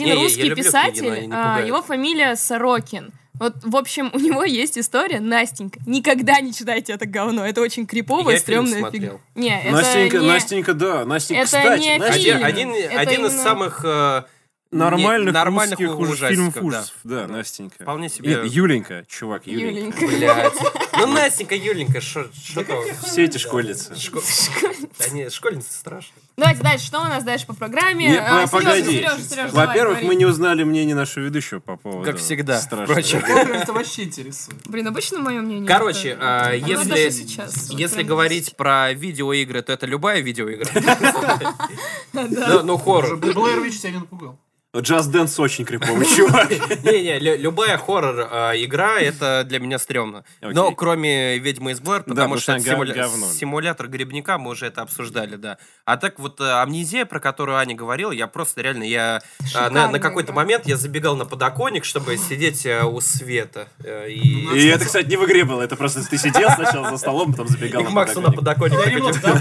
Не, я- я
русский
люблю книги,
писатель,
но они не
а,
пугают.
его фамилия Сорокин. Вот, в общем, у него есть история. Настенька, никогда не читайте это говно. Это очень криповая,
Я фильм
стрёмная
смотрел.
фигня. Не, это
Настенька,
не...
Настенька, да, Настенька,
Это
кстати,
не
Настенька.
Один,
фильм.
один,
Это
один из
именно-
самых э, не-
нормальных,
нормальных
русских уж-
ужастиков,
фильмов
да.
ужасов. Да, Настенька.
Вполне себе.
Нет, Юленька, чувак, Юленька.
Юленька.
Блядь. Ну, Настенька, Юленька, что там?
Все эти школьницы.
Да не, школьница страшная.
Давайте дальше, что у нас дальше по программе?
Не,
А,
по-
Серёжа,
погоди.
Серёжа, Серёжа, давай,
Во-первых,
говори.
мы не узнали мнение нашего ведущего по поводу...
Как всегда,
страшного.
впрочем.
Это вообще интересует.
Блин, обычно мое мнение.
Короче, а,
это- Оно
если,
даже сейчас, вот
если
прямо
говорить про видеоигры, то это любая видеоигра. Ну, ну, хоррор.
Блэр Вич тебя не напугал.
Just Dance очень криповый, чувак.
Не-не, лю- любая хоррор-игра, это для меня стрёмно.
Окей.
Но кроме «Ведьмы из Блэр», потому
потому
что
что
это
она
симуля-
говно.
симулятор грибника, мы уже это обсуждали, да. А так вот э, «Амнезия», про которую Аня говорила, я просто реально, я э, на- на
Шикарная
какой-то
игра.
момент я забегал на подоконник, чтобы сидеть э, у света. э, И
И это, кстати, не в игре было, это просто ты сидел сначала за столом, потом
и
забегал
к Максу на подоконник.
подоконник.
Я
так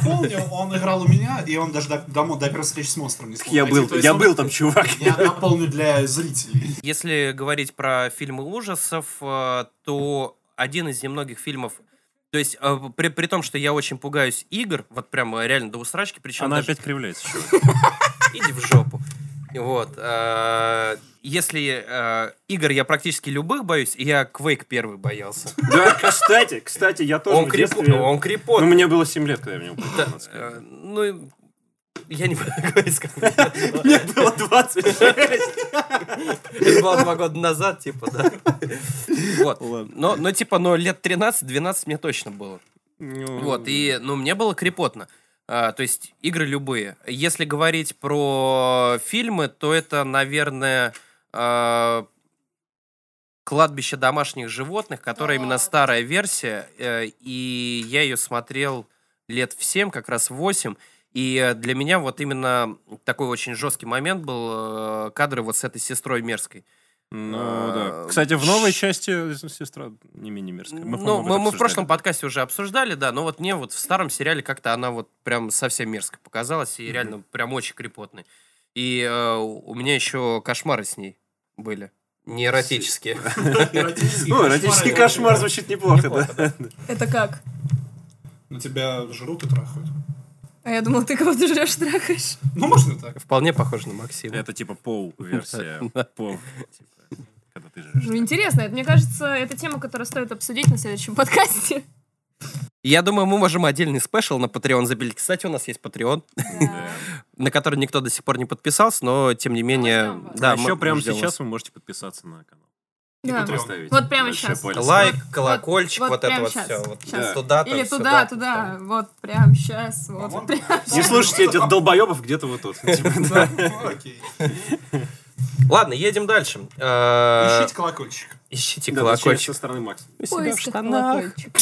немного
идёт.
дополнил, он играл у меня, и он даже до- домой до первой встречи с монстром не смог
Я
дойти.
был,
То есть
я
он-
был там, чувак.
Я дополню для зрителей.
Если говорить про фильмы ужасов, э, то один из немногих фильмов... То есть, э, при, при том, что я очень пугаюсь игр, вот прям э, реально до усрачки, причем
Она
даже-
опять кривляется, чувак.
Иди в жопу. Вот. э, Если э, игр я практически любых боюсь, я Quake первый боялся.
Да, кстати, кстати, я тоже
Он,
в
крипо-
детстве...
он крипот.
Ну, мне было 7 лет, когда я в него попал,
Да,
надо сказать.
э, ну, и- я не буду говорить, как
Мне было 26.
это было два года назад, типа, да. Вот.
Ладно.
Но, но, типа, но лет 13-12 мне точно было. Вот, и, ну, мне было крепотно. А, то есть, игры любые. Если говорить про фильмы, то это, наверное, а, «Кладбище домашних животных», которая именно старая версия, э, и я ее смотрел лет в 7, как раз в 8, и э, для меня вот именно такой очень жесткий момент был э, кадры вот с этой сестрой мерзкой.
Ну, да.
Э,
Кстати, в новой части сестра не менее мерзкая. Мы,
Ну,
по-моему,
мы,
это
мы в прошлом
обсуждали.
подкасте уже обсуждали, да, но вот мне вот в старом сериале как-то она вот прям совсем мерзко показалась и реально прям очень крепотной. И э, у меня еще кошмары с ней были. Не эротические.
Ну, эротический кошмар звучит неплохо, да.
Это как?
На тебя жрут и трахают.
А я думала, ты кого-то жрешь, трахаешь.
Ну, можно так.
Вполне похоже на Максима.
Это типа пол-версия. Пол. типа, Когда ты
Ну,
жрешь.
интересно, это, мне кажется, это тема, которую стоит обсудить на следующем подкасте.
Я думаю, мы можем отдельный спешл на Patreon забить. Кстати, у нас есть Patreon,
Да.
на который никто до сих пор не подписался, но тем не менее...
ждем вас.
Да,
А еще
мы
прямо
ждем вас.
сейчас вы можете подписаться на канал.
Да.
Патреон.
Поставить
Вот прямо
большой
щас.
палец.
Лайк,
Вот-
колокольчик, вот,
вот- вот
это
прямо
вот
щас,
все. Вот
щас.
туда,
Или
там,
туда,
сюда,
туда,
там.
вот прям сейчас, вот
По-моему,
прям
Не слушайте этих долбоебов где-то вот тут. Типа,
да, ну, Окей.
Ладно, едем дальше. Э,
А, Ищите колокольчик.
Ищите
Да, точнее,
колокольчик.
со стороны Макса.
У себя в
поисках
штанах.
колокольчика.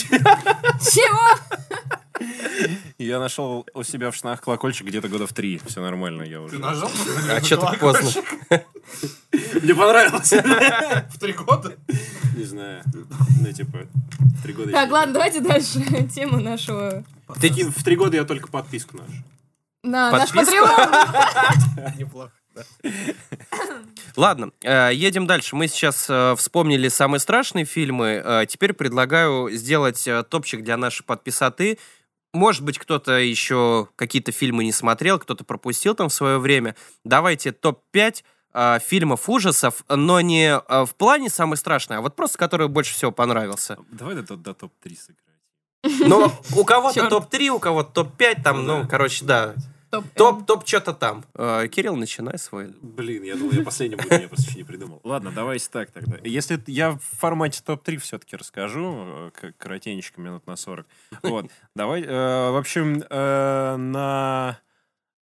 Чего?
Я нашел у себя в штанах колокольчик где-то года в три. Все нормально, я уже.
Ты нажал?
А что так поздно?
Мне понравилось.
В три года?
Не знаю. Ну, типа, три года.
Так,
еще.
ладно, давайте дальше тему нашего...
Ты ки- в три года я только подписку наш.
На наш
Подписка?
Патреон.
Неплохо. Ладно, э, едем дальше. Мы сейчас э, вспомнили самые страшные фильмы. Э, Теперь предлагаю сделать э, топчик для нашей подписоты. Может быть, кто-то еще какие-то фильмы не смотрел, кто-то пропустил там в свое время. Давайте топ-5 э, фильмов ужасов, но не э, в плане самый страшный, а вот просто который больше всего понравился.
Давай до, до топ-3 сыграть.
Но у кого-то
Чёрт.
топ-3, у кого-то топ-5, там, ну, короче, да. Топ, топ, что-то там. Э, Кирилл, начинай свой.
Блин, я думал, я последний буду, я просто еще не придумал. Ладно, давайте так тогда. Если т- я в формате топ-3 все-таки расскажу, э, к- коротенечко, минут на 40. Вот, давай, э, в общем, э, на,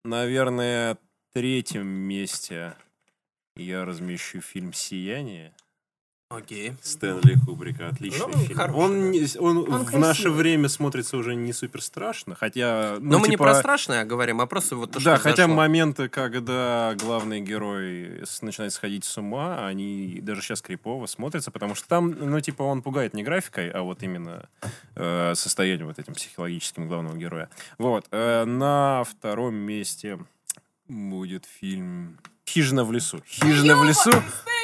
наверное, третьем месте я размещу фильм «Сияние».
Окей.
Стэнли Кубрика, отличный
Ну,
фильм.
хороший,
он,
да.
не- он, в
красивый.
наше время смотрится уже не супер страшно, хотя...
Но Ну, мы не
типа,
про страшное говорим, а просто вот то, что
да, хотя
произошло.
моменты, когда главный герой с- начинает сходить с ума, они даже сейчас крипово смотрятся, потому что там, ну, типа, он пугает не графикой, а вот именно э, состоянием вот этим психологическим главного героя. Вот. э, на втором месте будет фильм «Хижина в лесу». «Хижина в лесу»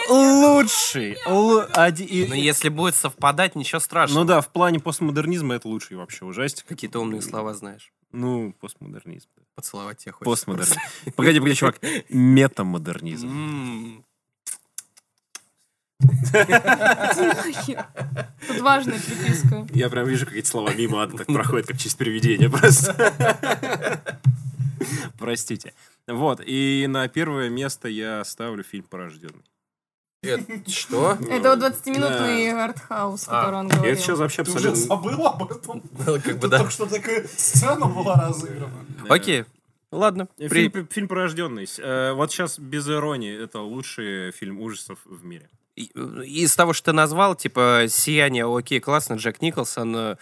лучший. лу- оди- и-
Но если будет совпадать, ничего страшного.
ну да, в плане постмодернизма это лучший вообще ужастик.
Какие-то умные слова знаешь.
Ну, постмодернизм.
Поцеловать тебя хочется.
Постмодернизм. Погоди, погоди, чувак. Метамодернизм.
М.
Нахер. Тут важная приписка.
Я прям вижу, какие-то слова мимо ада так проходят, как через привидение просто. Простите. Вот, и на первое место я ставлю фильм «Порожденный».
Э, Что?
Это вот 20-минутный артхаус, который он
Я это сейчас
говорил.
вообще
Ты уже
абсолютно...
забыл об этом?
Как бы
Тут
да.
только что такая сцена была разыграна.
Окей. Ладно. При-
Э, Фильм, фильм «Порожденный». Э, Вот сейчас, без иронии, это лучший фильм ужасов в мире.
и- э, Из того, что ты назвал, типа «Сияние», окей, классно, Джек Николсон, э,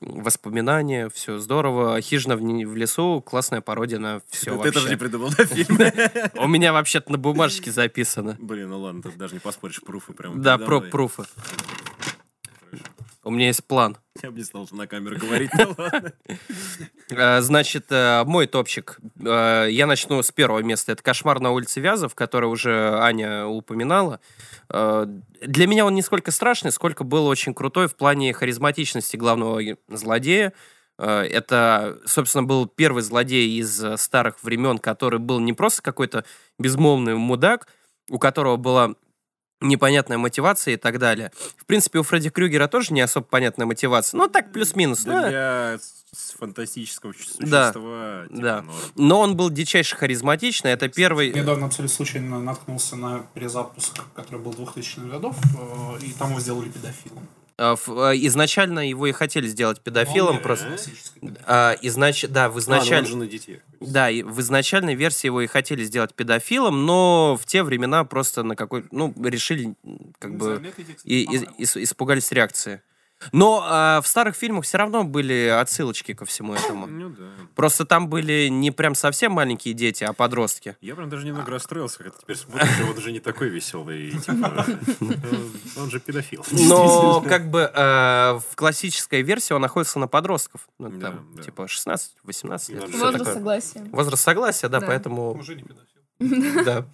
«Воспоминания», все здорово, «Хижина в не- в лесу», классная пародия на все
Ты даже не
вообще.
придумал, да, фильм?
У меня вообще-то на бумажке записано.
Блин, ну ладно, тут даже не поспоришь, пруфы прям.
Да,
передо
про
мной.
пруфы. У меня есть план.
Я бы не стал на камеру говорить, ну ладно.
Э, Значит, э, мой топчик. Э, Я начну с первого места. Это «Кошмар на улице Вязов», который уже Аня упоминала. Э, Для меня он не сколько страшный, сколько был очень крутой в плане харизматичности главного ге- злодея. Э, Это, собственно, был первый злодей из э, старых времен, который был не просто какой-то безмолвный мудак, у которого была непонятная мотивация и так далее. В принципе, у Фредди Крюгера тоже не особо понятная мотивация. Ну, так, плюс-минус. да.
Для с- с фантастического чу-
Да,
существа. типа,
да.
ну,
Но он был дичайше харизматичный. Это первый...
Недавно абсолютно случайно наткнулся на перезапуск, который был 2000-х годов, э, и там его сделали педофилом.
э, ф- э, Изначально его и хотели сделать педофилом.
Он, э,
просто.
классический педофил.
А, изнач- Да, в
А, ну, он
изначаль-
же на детей.
Да, и в изначальной версии его и хотели сделать педофилом, но в те времена просто на какой... Ну, решили м, как
Ну,
бы...
за лето я тебе, кстати,
и, и-
понравился.
ис- испугались реакции. Но а, в старых фильмах все равно были отсылочки ко всему этому.
Ну да.
Просто там были не прям совсем маленькие дети, а подростки.
Я прям даже немного расстроился, когда теперь смотришь, и он уже не такой веселый. типа, он- Он же педофил.
Но как бы э, в классической версии он находится на подростков. Ну,
Да,
там,
да.
типа 16-18 лет.
Да,
всё
да.
Возраст
такое.
согласия.
Возраст согласия, да,
Да.
поэтому...
Уже не педофил.
Да.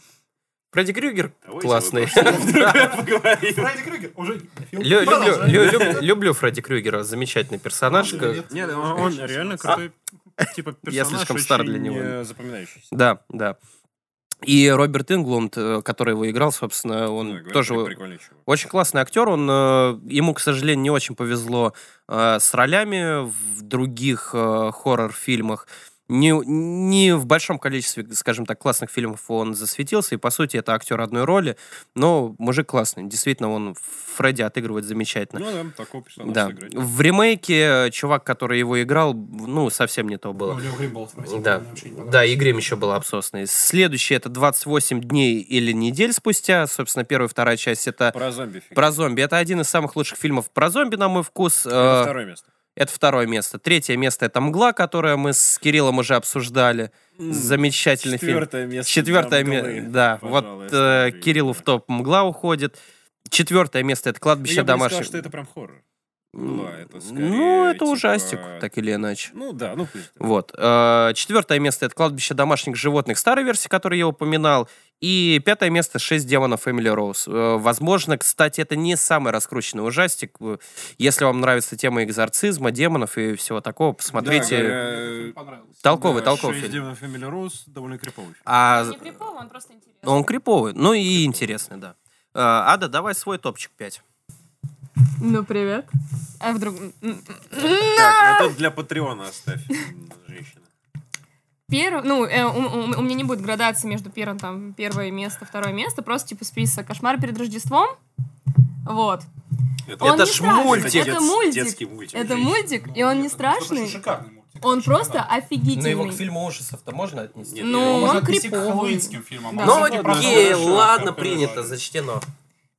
Фредди Крюгер
Давайте
классный.
мы просто поговорим.
Фредди Крюгер уже не педофил.
Лю- Люблю
Продолжай.
лю- люб- люблю Фредди Крюгера, замечательный персонаж.
Или нет?
Нет, ну, А. он он реально крутой. Типа персонаж
Я слишком стар для
очень,
него.
э, запоминающийся.
Да, да. И Роберт Инглунд, э, который его играл, собственно, он
Да, говорят,
Ну, тоже
прикольный чувак.
Очень классный актер, он э, ему, к сожалению, не очень повезло э, с ролями в других э, хоррор-фильмах. не, не в большом количестве, скажем так, классных фильмов он засветился, и, по сути, это актер одной роли, но мужик классный, действительно, он Фредди отыгрывает замечательно.
Ну да, такого персонажа
Да.
сыграть.
В ремейке э, чувак, который его играл, ну, совсем не то
Ну,
было.
Лев Гримболт, простите,
Да,
мне вообще не
да,
понравилось.
и грим еще был обсосный. Следующий это 28 дней или недель спустя. Собственно, первая и вторая часть это
Про зомби фильм.
про зомби. Это один из самых лучших фильмов про зомби, на мой вкус.
Это
Э,
второе место.
Это второе место. Третье место это «Мгла», которое мы с Кириллом уже обсуждали. Замечательный фильм.
Четвертое место.
Четвертое
для
место.
«Мглы»,
Да, вот
пожалуй,
э,
скажи,
Кириллу
да.
в топ «Мгла» уходит. Четвертое место это
Ну,
кладбище
Я бы не
домашних.
сказал, что это прям хоррор.
М,
«Мгла», это
ну,
скорее,
это
типа,
ужастик, так или иначе.
Ну да, ну пусть.
Вот. Э, Четвертое место это кладбище домашних животных старой версии, которую я упоминал. И пятое место «Шесть демонов Эмили Роуз». Э, Возможно, кстати, это не самый раскрученный ужастик. Э, Если вам нравится тема экзорцизма, демонов и всего такого, посмотрите.
э,
Мне понравилось.
Толковый,
да,
толковый
«Шесть
фильм.
демонов Эмили Роуз» довольно криповый фильм.
А
Не криповый, он просто интересный.
он криповый, ну и интересный, да. Э, Ада, давай свой топчик 5.
Ну, привет. А вдруг... м, м,
Так, вот тут для Патреона оставь м, женщина.
Первый, ну, э, у, у- у меня не будет градации между первым, там, первое место, второе место, просто, типа, список «Кошмар перед Рождеством». Вот. Он
Это
не
ж
страшный,
мультик.
дет-
Это мультик.
Детский мультик.
Это
женщина.
мультик,
Ну,
и он не
нет, это просто
страшный.
Шикарный мультик.
Он
Шикарный.
просто
Но Ну, его к
офигительный.
фильму ужасов-то можно отнести?
Нет,
Ну,
его
Можно
он
отнести к
криповый.
хэллоуинским фильмам.
Да.
а
Ну,
абсолютно
вот,
просто
ей,
шикарный
ладно,
фильм.
принято, зачтено.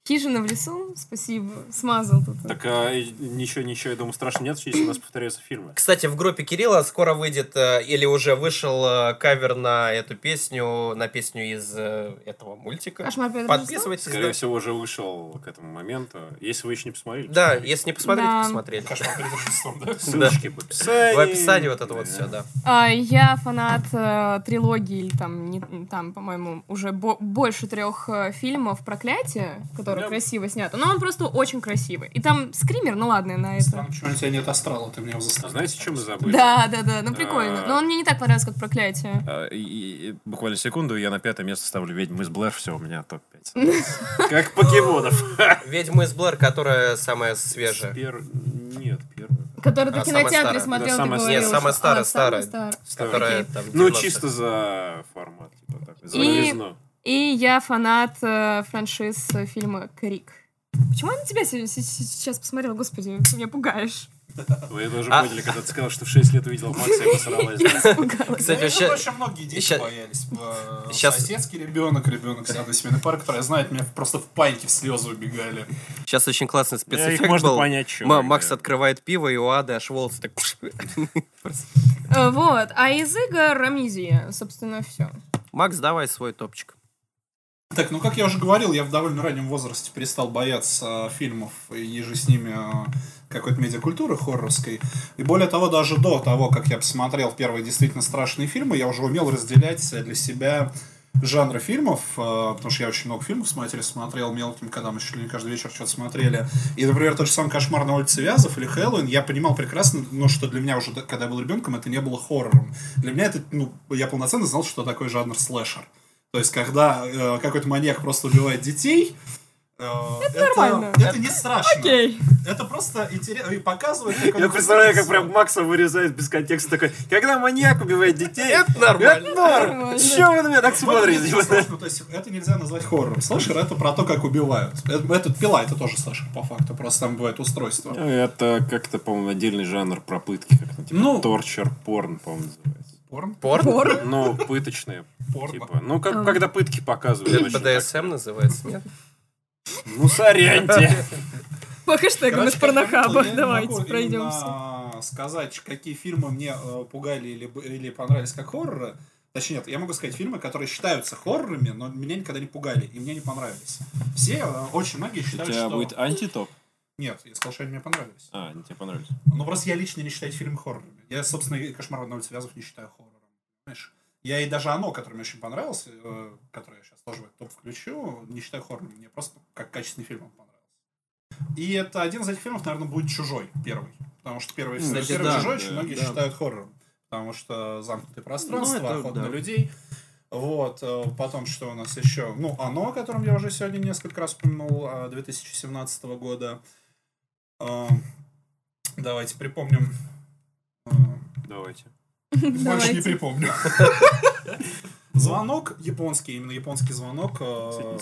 Хижина в лесу, спасибо, смазал тут.
Так
э,
а, и ничего, ничего, я думаю, страшного нет, если у нас повторяются фильмы.
Кстати, в группе Кирилла скоро выйдет э, или уже вышел э, кавер на эту песню, на песню из э, этого мультика.
«Кошмар перед Рождеством».
Подписывайтесь.
Скорее
да.
всего, уже вышел к этому моменту. Если вы еще не посмотрели,
Да, если не посмотрите,
Да.
посмотрели.
Кошмар перед Рождеством, да?
ссылочки в описании.
В описании вот это вот все, да.
А, я фанат э, трилогии, или там, не, там, по-моему, уже бо- больше трех э, фильмов «Проклятие», которые
Да.
красиво снято. Но он просто очень красивый. И там скример, ну ладно, на это.
Странно, почему у тебя нет астрала, ты меня его заставил.
Знаете, что мы забыли?
Да, да, да, ну прикольно.
А.
Но он мне не так понравился, как «Проклятие».
А, и- и- и буквально секунду, я на пятое место ставлю «Ведьмы из Блэр», все, у меня топ-5. Как покемонов.
Ведьма из Блэр, которая самая свежая.
Пер- Нет, первое.
Который ты
А,
в
самая
кинотеатре
старая.
смотрел,
Да,
ты
самая-
говорил.
нет,
самая
что-
старая,
а,
старая.
самая старая.
Которая,
Окей.
там,
Ну,
90.
чисто за формат, типа так, за
И-
новизну.
И я фанат э, франшиз э, фильма «Крик». Почему я на тебя се- се- се- сейчас посмотрела? Господи, ты меня пугаешь.
Вы тоже
А-
поняли, когда ты сказал, что в 6 лет увидел Макса и посралась. да?
Испугалась.
Кстати,
Между
вообще-
прочим, многие дети
ща-
боялись. Э,
щас-
Соседский ребенок, ребенок с одной семейной пары, которая знает, меня просто в панике в слезы убегали.
Сейчас очень классный
Э,
спецэффект
Их можно
был.
понять, что.
Ма- Макс открывает пиво, и у Ады аж волосы так...
Э, Вот. А из игр Амнезия, собственно, все.
Макс, давай свой топчик.
Так, ну как я уже говорил, я в довольно раннем возрасте перестал бояться э, фильмов и же с ними э, какой-то медиакультуры хоррорской. И более того, даже до того, как я посмотрел первые действительно страшные фильмы, я уже умел разделять э, для себя жанры фильмов, э, потому что я очень много фильмов с матерью смотрел мелким, когда мы чуть ли не каждый вечер что-то смотрели. И, например, тот же самый «Кошмар на улице Вязов» или «Хэллоуин», я понимал прекрасно, ну, что для меня уже, д- когда я был ребенком, это не было хоррором. Для меня это, ну, я полноценно знал, что такое жанр слэшер. То есть, когда э, какой-то маньяк просто убивает детей, э, это,
нормально.
это не страшно.
Окей.
Это просто интересно и показывает, как он
Я представляю, как
пытается-
прям Макса вырезает без контекста такой, когда маньяк убивает детей, это
нормально.
норм. Чё вы на меня так
В этом
смотрите?
ничего страшного, то есть это нельзя назвать хоррором. Слэшер это про то, как убивают. Это, это пила, это тоже слэшер, по факту. Просто там бывает устройство.
Типа ну, Это как-то, по-моему, отдельный жанр про пытки. Как-то, типа,
Ну.
торчер порн, по-моему, называется.
Порн?
Порно?
Ну, пыточные.
Порно.
Типа, ну, как, когда пытки показывают. очень
БДСМ называется, нет?
так. Ну, соряньте.
По хэштегам из
Короче, как
порнохаба.
я не могу
Давайте
именно
пройдемся.
сказать, какие фильмы мне э, пугали или, б- или понравились как хорроры. Точнее, нет, я могу сказать фильмы, которые считаются хоррорами, но меня никогда не пугали и мне не понравились. Все, э, очень многие
У
считают,
тебя
что...
будет антитоп.
Нет, я сказал, что они мне понравились.
А, не тебе понравились.
Ну, просто я лично не считаю эти фильмы хоррорами. Я, собственно, и «Кошмар на улице Вязов» не считаю хоррором. Понимаешь? Я и даже «Оно», которое мне очень понравилось, э, которое я сейчас тоже в этот топ включу, не считаю хоррором. Мне просто как качественный фильм он понравился. И это один из этих фильмов, наверное, будет «Чужой» первый. Потому что первый,
Кстати,
первый
да,
«Чужой»
да,
очень многие
да.
считают хоррором. Потому что замкнутое пространство,
Ну, это
охота
да.
на людей. Вот, э, потом что у нас еще? Ну, «Оно», о котором я уже сегодня несколько раз упомянул, э, 2017 года. Э, Давайте припомним. Э,
Давайте.
Больше не
Давайте.
припомню. Звонок японский, именно японский звонок. э,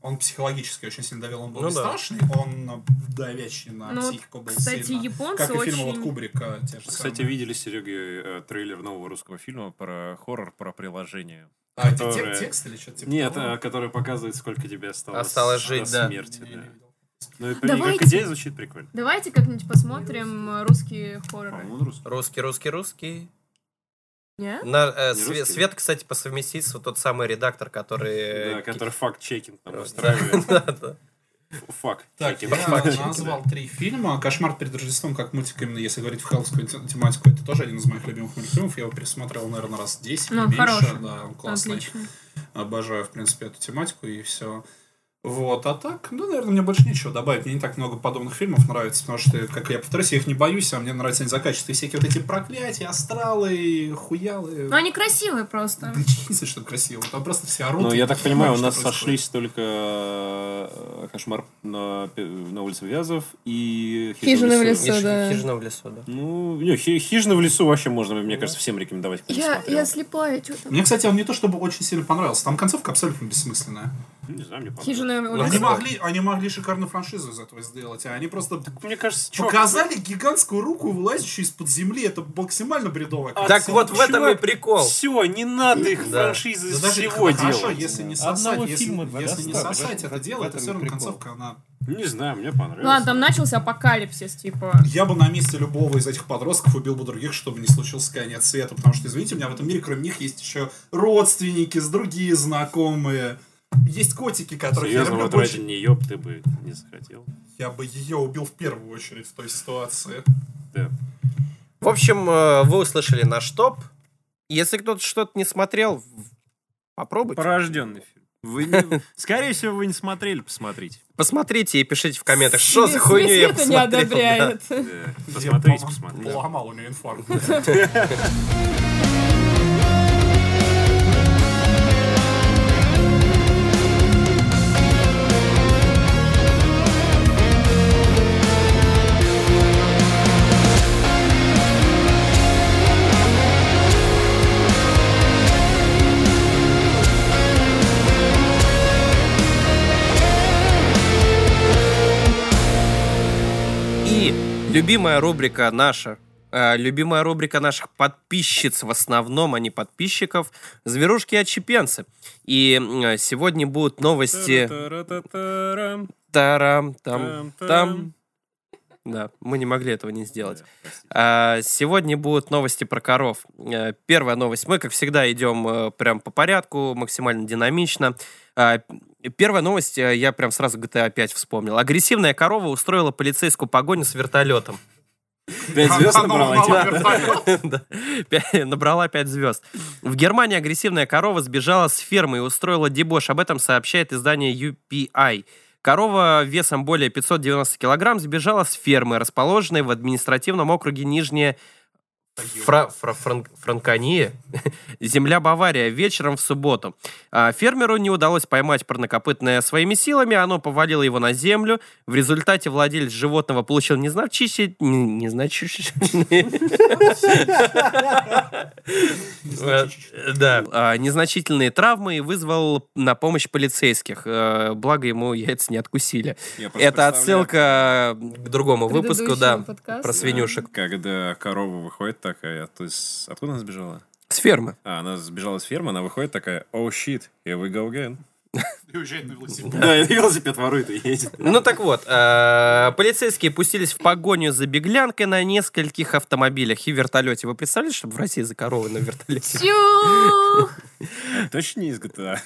Он психологически очень сильно давил, он был
Ну
не
да.
страшный, он э, давящий на
Ну вот,
психику был
Кстати,
сильно.
японцы
Как и фильмы вот
очень...
Кубрика, те же
Кстати,
самые.
видели Сереги э, трейлер нового русского фильма про хоррор, про приложение.
А, это
которые-
тек- текст или что-то типа
Нет,
того?
э, который показывает, сколько тебе осталось,
Осталось
до
жить, да.
смерти.
Не, не
да.
видел.
Ну, это
Давайте.
как идея звучит прикольно.
Давайте как-нибудь посмотрим э, русские хорроры.
По-моему, русский.
Русский, русский, русский.
Не?
На, э, Све-
Не русский, да?
Свет, кстати, по совместительству тот самый редактор, который...
Да, который факт-чекинг там
Э, Да.
устраивает.
Да, да.
Фак.
Так, я
Факт-чекинг, да.
назвал три фильма. «Кошмар перед Рождеством», как мультик, именно если говорить в хэллоуинскую те- тематику, это тоже один из моих любимых мультфильмов. Я его пересмотрел, наверное, раз 10
Ну,
не меньше.
хороший.
Да, он классный.
Отлично.
Обожаю, в принципе, эту тематику и все. Вот, а так, ну, наверное, мне больше нечего добавить. Мне не так много подобных фильмов нравится, потому что, как я повторюсь, я их не боюсь, а мне нравятся они за качество. И всякие вот эти проклятия, астралы, хуялы.
Ну, они красивые просто.
Да чисто, что красиво. Там просто все орут.
Ну,
и
я так
ты не
понимаю, у
понимаешь,
нас
что происходит.
сошлись только э, кошмар на, пе- на улице Вязов и
Хижина в лесу.
Хиж-
да.
Хижина в лесу, да.
Ну, не, хи- хижина в лесу вообще можно, мне кажется, всем рекомендовать. кто не смотрел.
слепая, что
Мне, кстати, он не то чтобы очень сильно понравился. Там концовка абсолютно бессмысленная.
Ну, Не знаю, мне понравилось.
Хижина
Ну,
Они
улица.
кстати.
могли, они могли шикарную франшизу из этого сделать, а они просто
Мне кажется, чувак,
показали гигантскую руку, вылазящую из-под земли. Это максимально бредовая
А,
Так
отцу-
вот в этом и
чувак,
прикол.
Все, не надо их
Да.
франшизы
Ну,
из
Да даже
всего делать.
хорошо, если не
Одного
сосать, если,
фильма
если не
достаточно.
сосать это
В
дело, это
этом
все
и
равно
прикол.
концовка, она...
Ну, Не знаю, мне понравилось.
Ну, ладно, там начался апокалипсис, типа.
Я бы на месте любого из этих подростков убил бы других, чтобы не случился конец света, потому что, извините, у меня в этом мире, кроме них, есть еще родственники, с другие знакомые. Есть котики, которых я
Серьезно,
люблю
вот
больше.
ради нее ты бы не захотел.
Я бы ее убил в первую очередь в той ситуации.
Да.
В общем, э, вы услышали наш топ. Если кто-то что-то не смотрел, в- попробуйте.
Порожденный фильм.
Вы не- Скорее всего, вы не смотрели, посмотрите.
Посмотрите и пишите в комментах, что за хуйню я
Света не
посмотрел. да.
одобряет.
Да. Посмотрите,
Я пом-
посмотрите.
поломал у нее инфаркт.
И любимая рубрика наша, э, любимая рубрика наших подписчиц в основном, а не подписчиков, зверушки-отщепенцы. И э, сегодня будут новости...
Та-ра-та-та-рам,
Тарам, там,
там-там.
там. Да, мы не могли этого не сделать.
Да, простите.
А, Сегодня будут новости про коров. Э, Первая новость. Мы, как всегда, идем э, прям по порядку, максимально динамично. А, Первая новость, э, я прям сразу GTA 5 вспомнил. Агрессивная корова устроила полицейскую погоню с вертолетом.
Пять звезд
Она
набрала.
ломала
типа.
вертолет.
Да. Пя- Набрала 5 звезд. В Германии агрессивная корова сбежала с фермы и устроила дебош. Об этом сообщает издание UPI. Корова весом более 590 килограмм сбежала с фермы, расположенной в административном округе Нижняя Фра- Фра- Франк- Франкония, земля Бавария, вечером в субботу. А, Фермеру не удалось поймать парнокопытное своими силами, оно повалило его на землю. В результате владелец животного получил незначительный... Э, Да, а, незначительные травмы и вызвал на помощь полицейских. Э, Благо ему яйца не откусили.
Я просто
Это
представляю,
отсылка к другому выпуску, да,
Предыдущий подкаст.
про свинюшек.
Когда корова выходит такая, то есть откуда она сбежала?
С фермы.
А, она сбежала с фермы, она выходит такая, оу, щит, here we go again.
И уезжает на велосипеде.
Да, и велосипед ворует и едет.
Ну так вот, э, полицейские пустились в погоню за беглянкой на нескольких автомобилях и вертолете. Вы представляете, чтобы в России за коровой на вертолете?
Тю!
Точно не из GTA.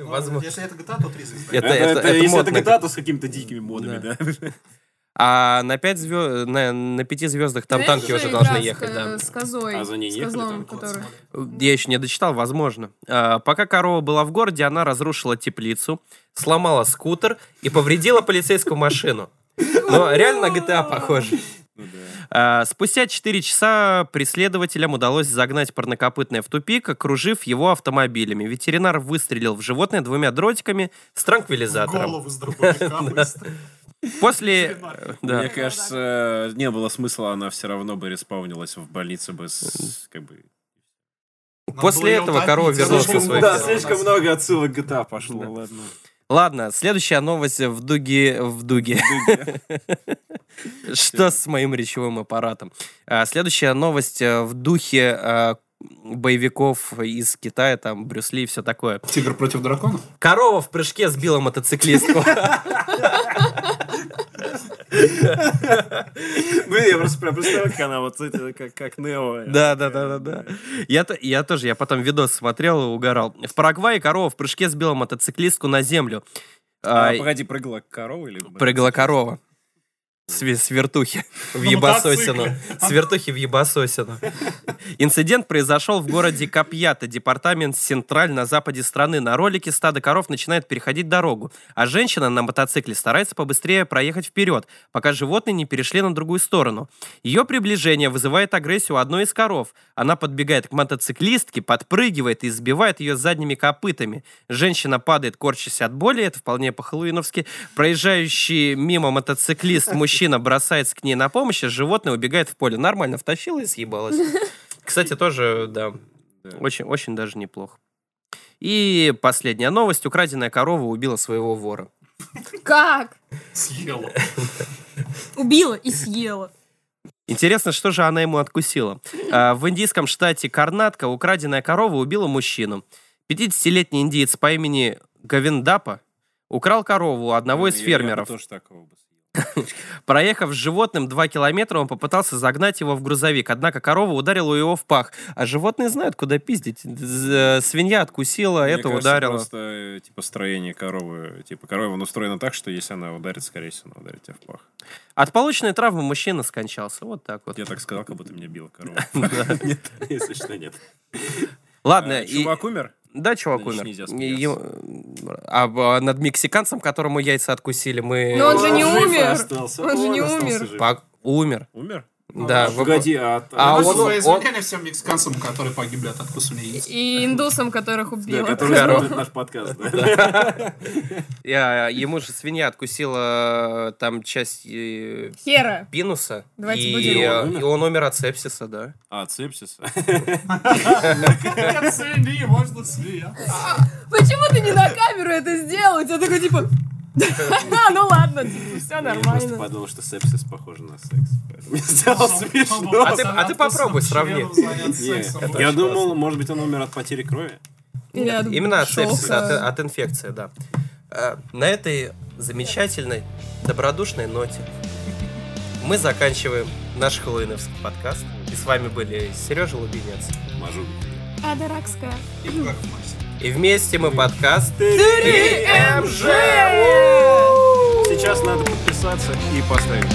Возможно.
Ну, Если это GTA, то три звезды.
Это- это- это
если это
модно.
GTA, то с какими-то дикими модами, да.
А на, пять звё- на, на пяти звездах там
Знаешь,
танки
же
уже
игра
должны
с,
ехать, да.
э, С козой.
А за ней
с
ехали
козлом,
там,
который...
Э, Я еще не дочитал, возможно. А, Пока корова была в городе, она разрушила теплицу, сломала скутер и повредила полицейскую машину. Но реально на GTA похоже. А, Спустя 4 часа преследователям удалось загнать парнокопытное в тупик, окружив его автомобилями. Ветеринар выстрелил в животное двумя дротиками с транквилизатором.
Голову с дробовика быстро.
После... Да.
Мне кажется, не было смысла, она все равно бы респаунилась в больнице бы с... Как бы...
После этого корова вернулась
Слишком,
Слишком- своей
да,
ферме.
слишком много отсылок GTA пошло, ладно.
Ладно, следующая новость в дуге... В дуге. Что с моим речевым аппаратом? А, Следующая новость э, в духе э, боевиков из Китая, там, Брюс Ли и все такое.
Тигр против дракона?
Корова в прыжке сбила мотоциклистку.
Блин, Ну, я просто прям представляю, как она вот с этой, как, как Нео.
Да, да, да, да, да. Я, то- я тоже, я потом видос смотрел и угорал. В Парагвае корова в прыжке сбила мотоциклистку на землю.
А,
А,
погоди, прыгала корова или...
Прыгала корова. С, ви- с вертухи в ебасосину. С вертухи в ебасосину. Инцидент произошел в городе Капьята, департамент Централь на западе страны. На ролике стадо коров начинает переходить дорогу, а женщина на мотоцикле старается побыстрее проехать вперед, пока животные не перешли на другую сторону. Ее приближение вызывает агрессию одной из коров. Она подбегает к мотоциклистке, подпрыгивает и сбивает ее задними копытами. Женщина падает, корчась от боли, это вполне по-хэллоуиновски. Проезжающий мимо мотоциклист мужчина бросается к ней на помощь, а животное убегает в поле. Нормально втащила и съебалась. Кстати, тоже, да, очень, очень даже неплохо. И последняя новость. Украденная корова убила своего вора.
Как?
Съела.
Убила и съела.
Интересно, что же она ему откусила. А, В индийском штате Карнатка украденная корова убила мужчину. 50-летний индиец по имени Гавиндапа украл корову у одного из
Я- я бы
фермеров.
тоже такого бы съел.
Проехав с животным 2 километра, он попытался загнать его в грузовик, однако корова ударила его в пах. А животные знают, куда пиздить. З- э, Свинья откусила,
Мне
это
кажется,
ударило.
Просто, э, типа, строение коровы. Типа, корова она устроена так, что если она ударит, скорее всего, она ударит тебя в пах.
От полученной травмы мужчина скончался. Вот так вот.
Я так сказал, как будто меня била корова.
Да.
Нет, если что, нет.
Ладно,
А,
и-
Чувак умер?
Да, чувак
Значит,
умер.
нельзя
Е- А а над мексиканцем, которому яйца откусили, мы...
Но он же не
жив
умер.
остался.
Он же не
остался
умер.
жив.
Пак- Умер.
Умер?
Да, вы-
Ну Погоди, а...
А
А
он-
свои
он-
извинения всем мексиканцам, которые погибли от откуса яиц.
И индусам, которых
Да,
убила.
который
Корова.
смотрит наш подкаст. да.
Я- Ему же свинья откусила э, там часть э,
Хера.
пинуса.
Давайте
и,
будем.
э,
И он умер?
и он умер от сепсиса, да.
А, сепсис.
Цели, можно смеяться.
Почему ты не на камеру это сделал? У тебя такой типа... «Да, ну ладно, все
Я просто
нормально.
подумал, что сепсис похоже на секс. поэтому Я сделал смешно.
А ты- а ты попробуй сравни.
Не, Я думал, может быть, он умер от потери крови.
Я
Именно от
шока.
сепсиса, от, от инфекции, да. Э, На этой замечательной, добродушной ноте мы заканчиваем наш хэллоуиновский подкаст. И с вами были Сережа Лубенец.
Мажу.
Адоракская.
И вместе мы подкаст
3 Сейчас надо подписаться и поставить.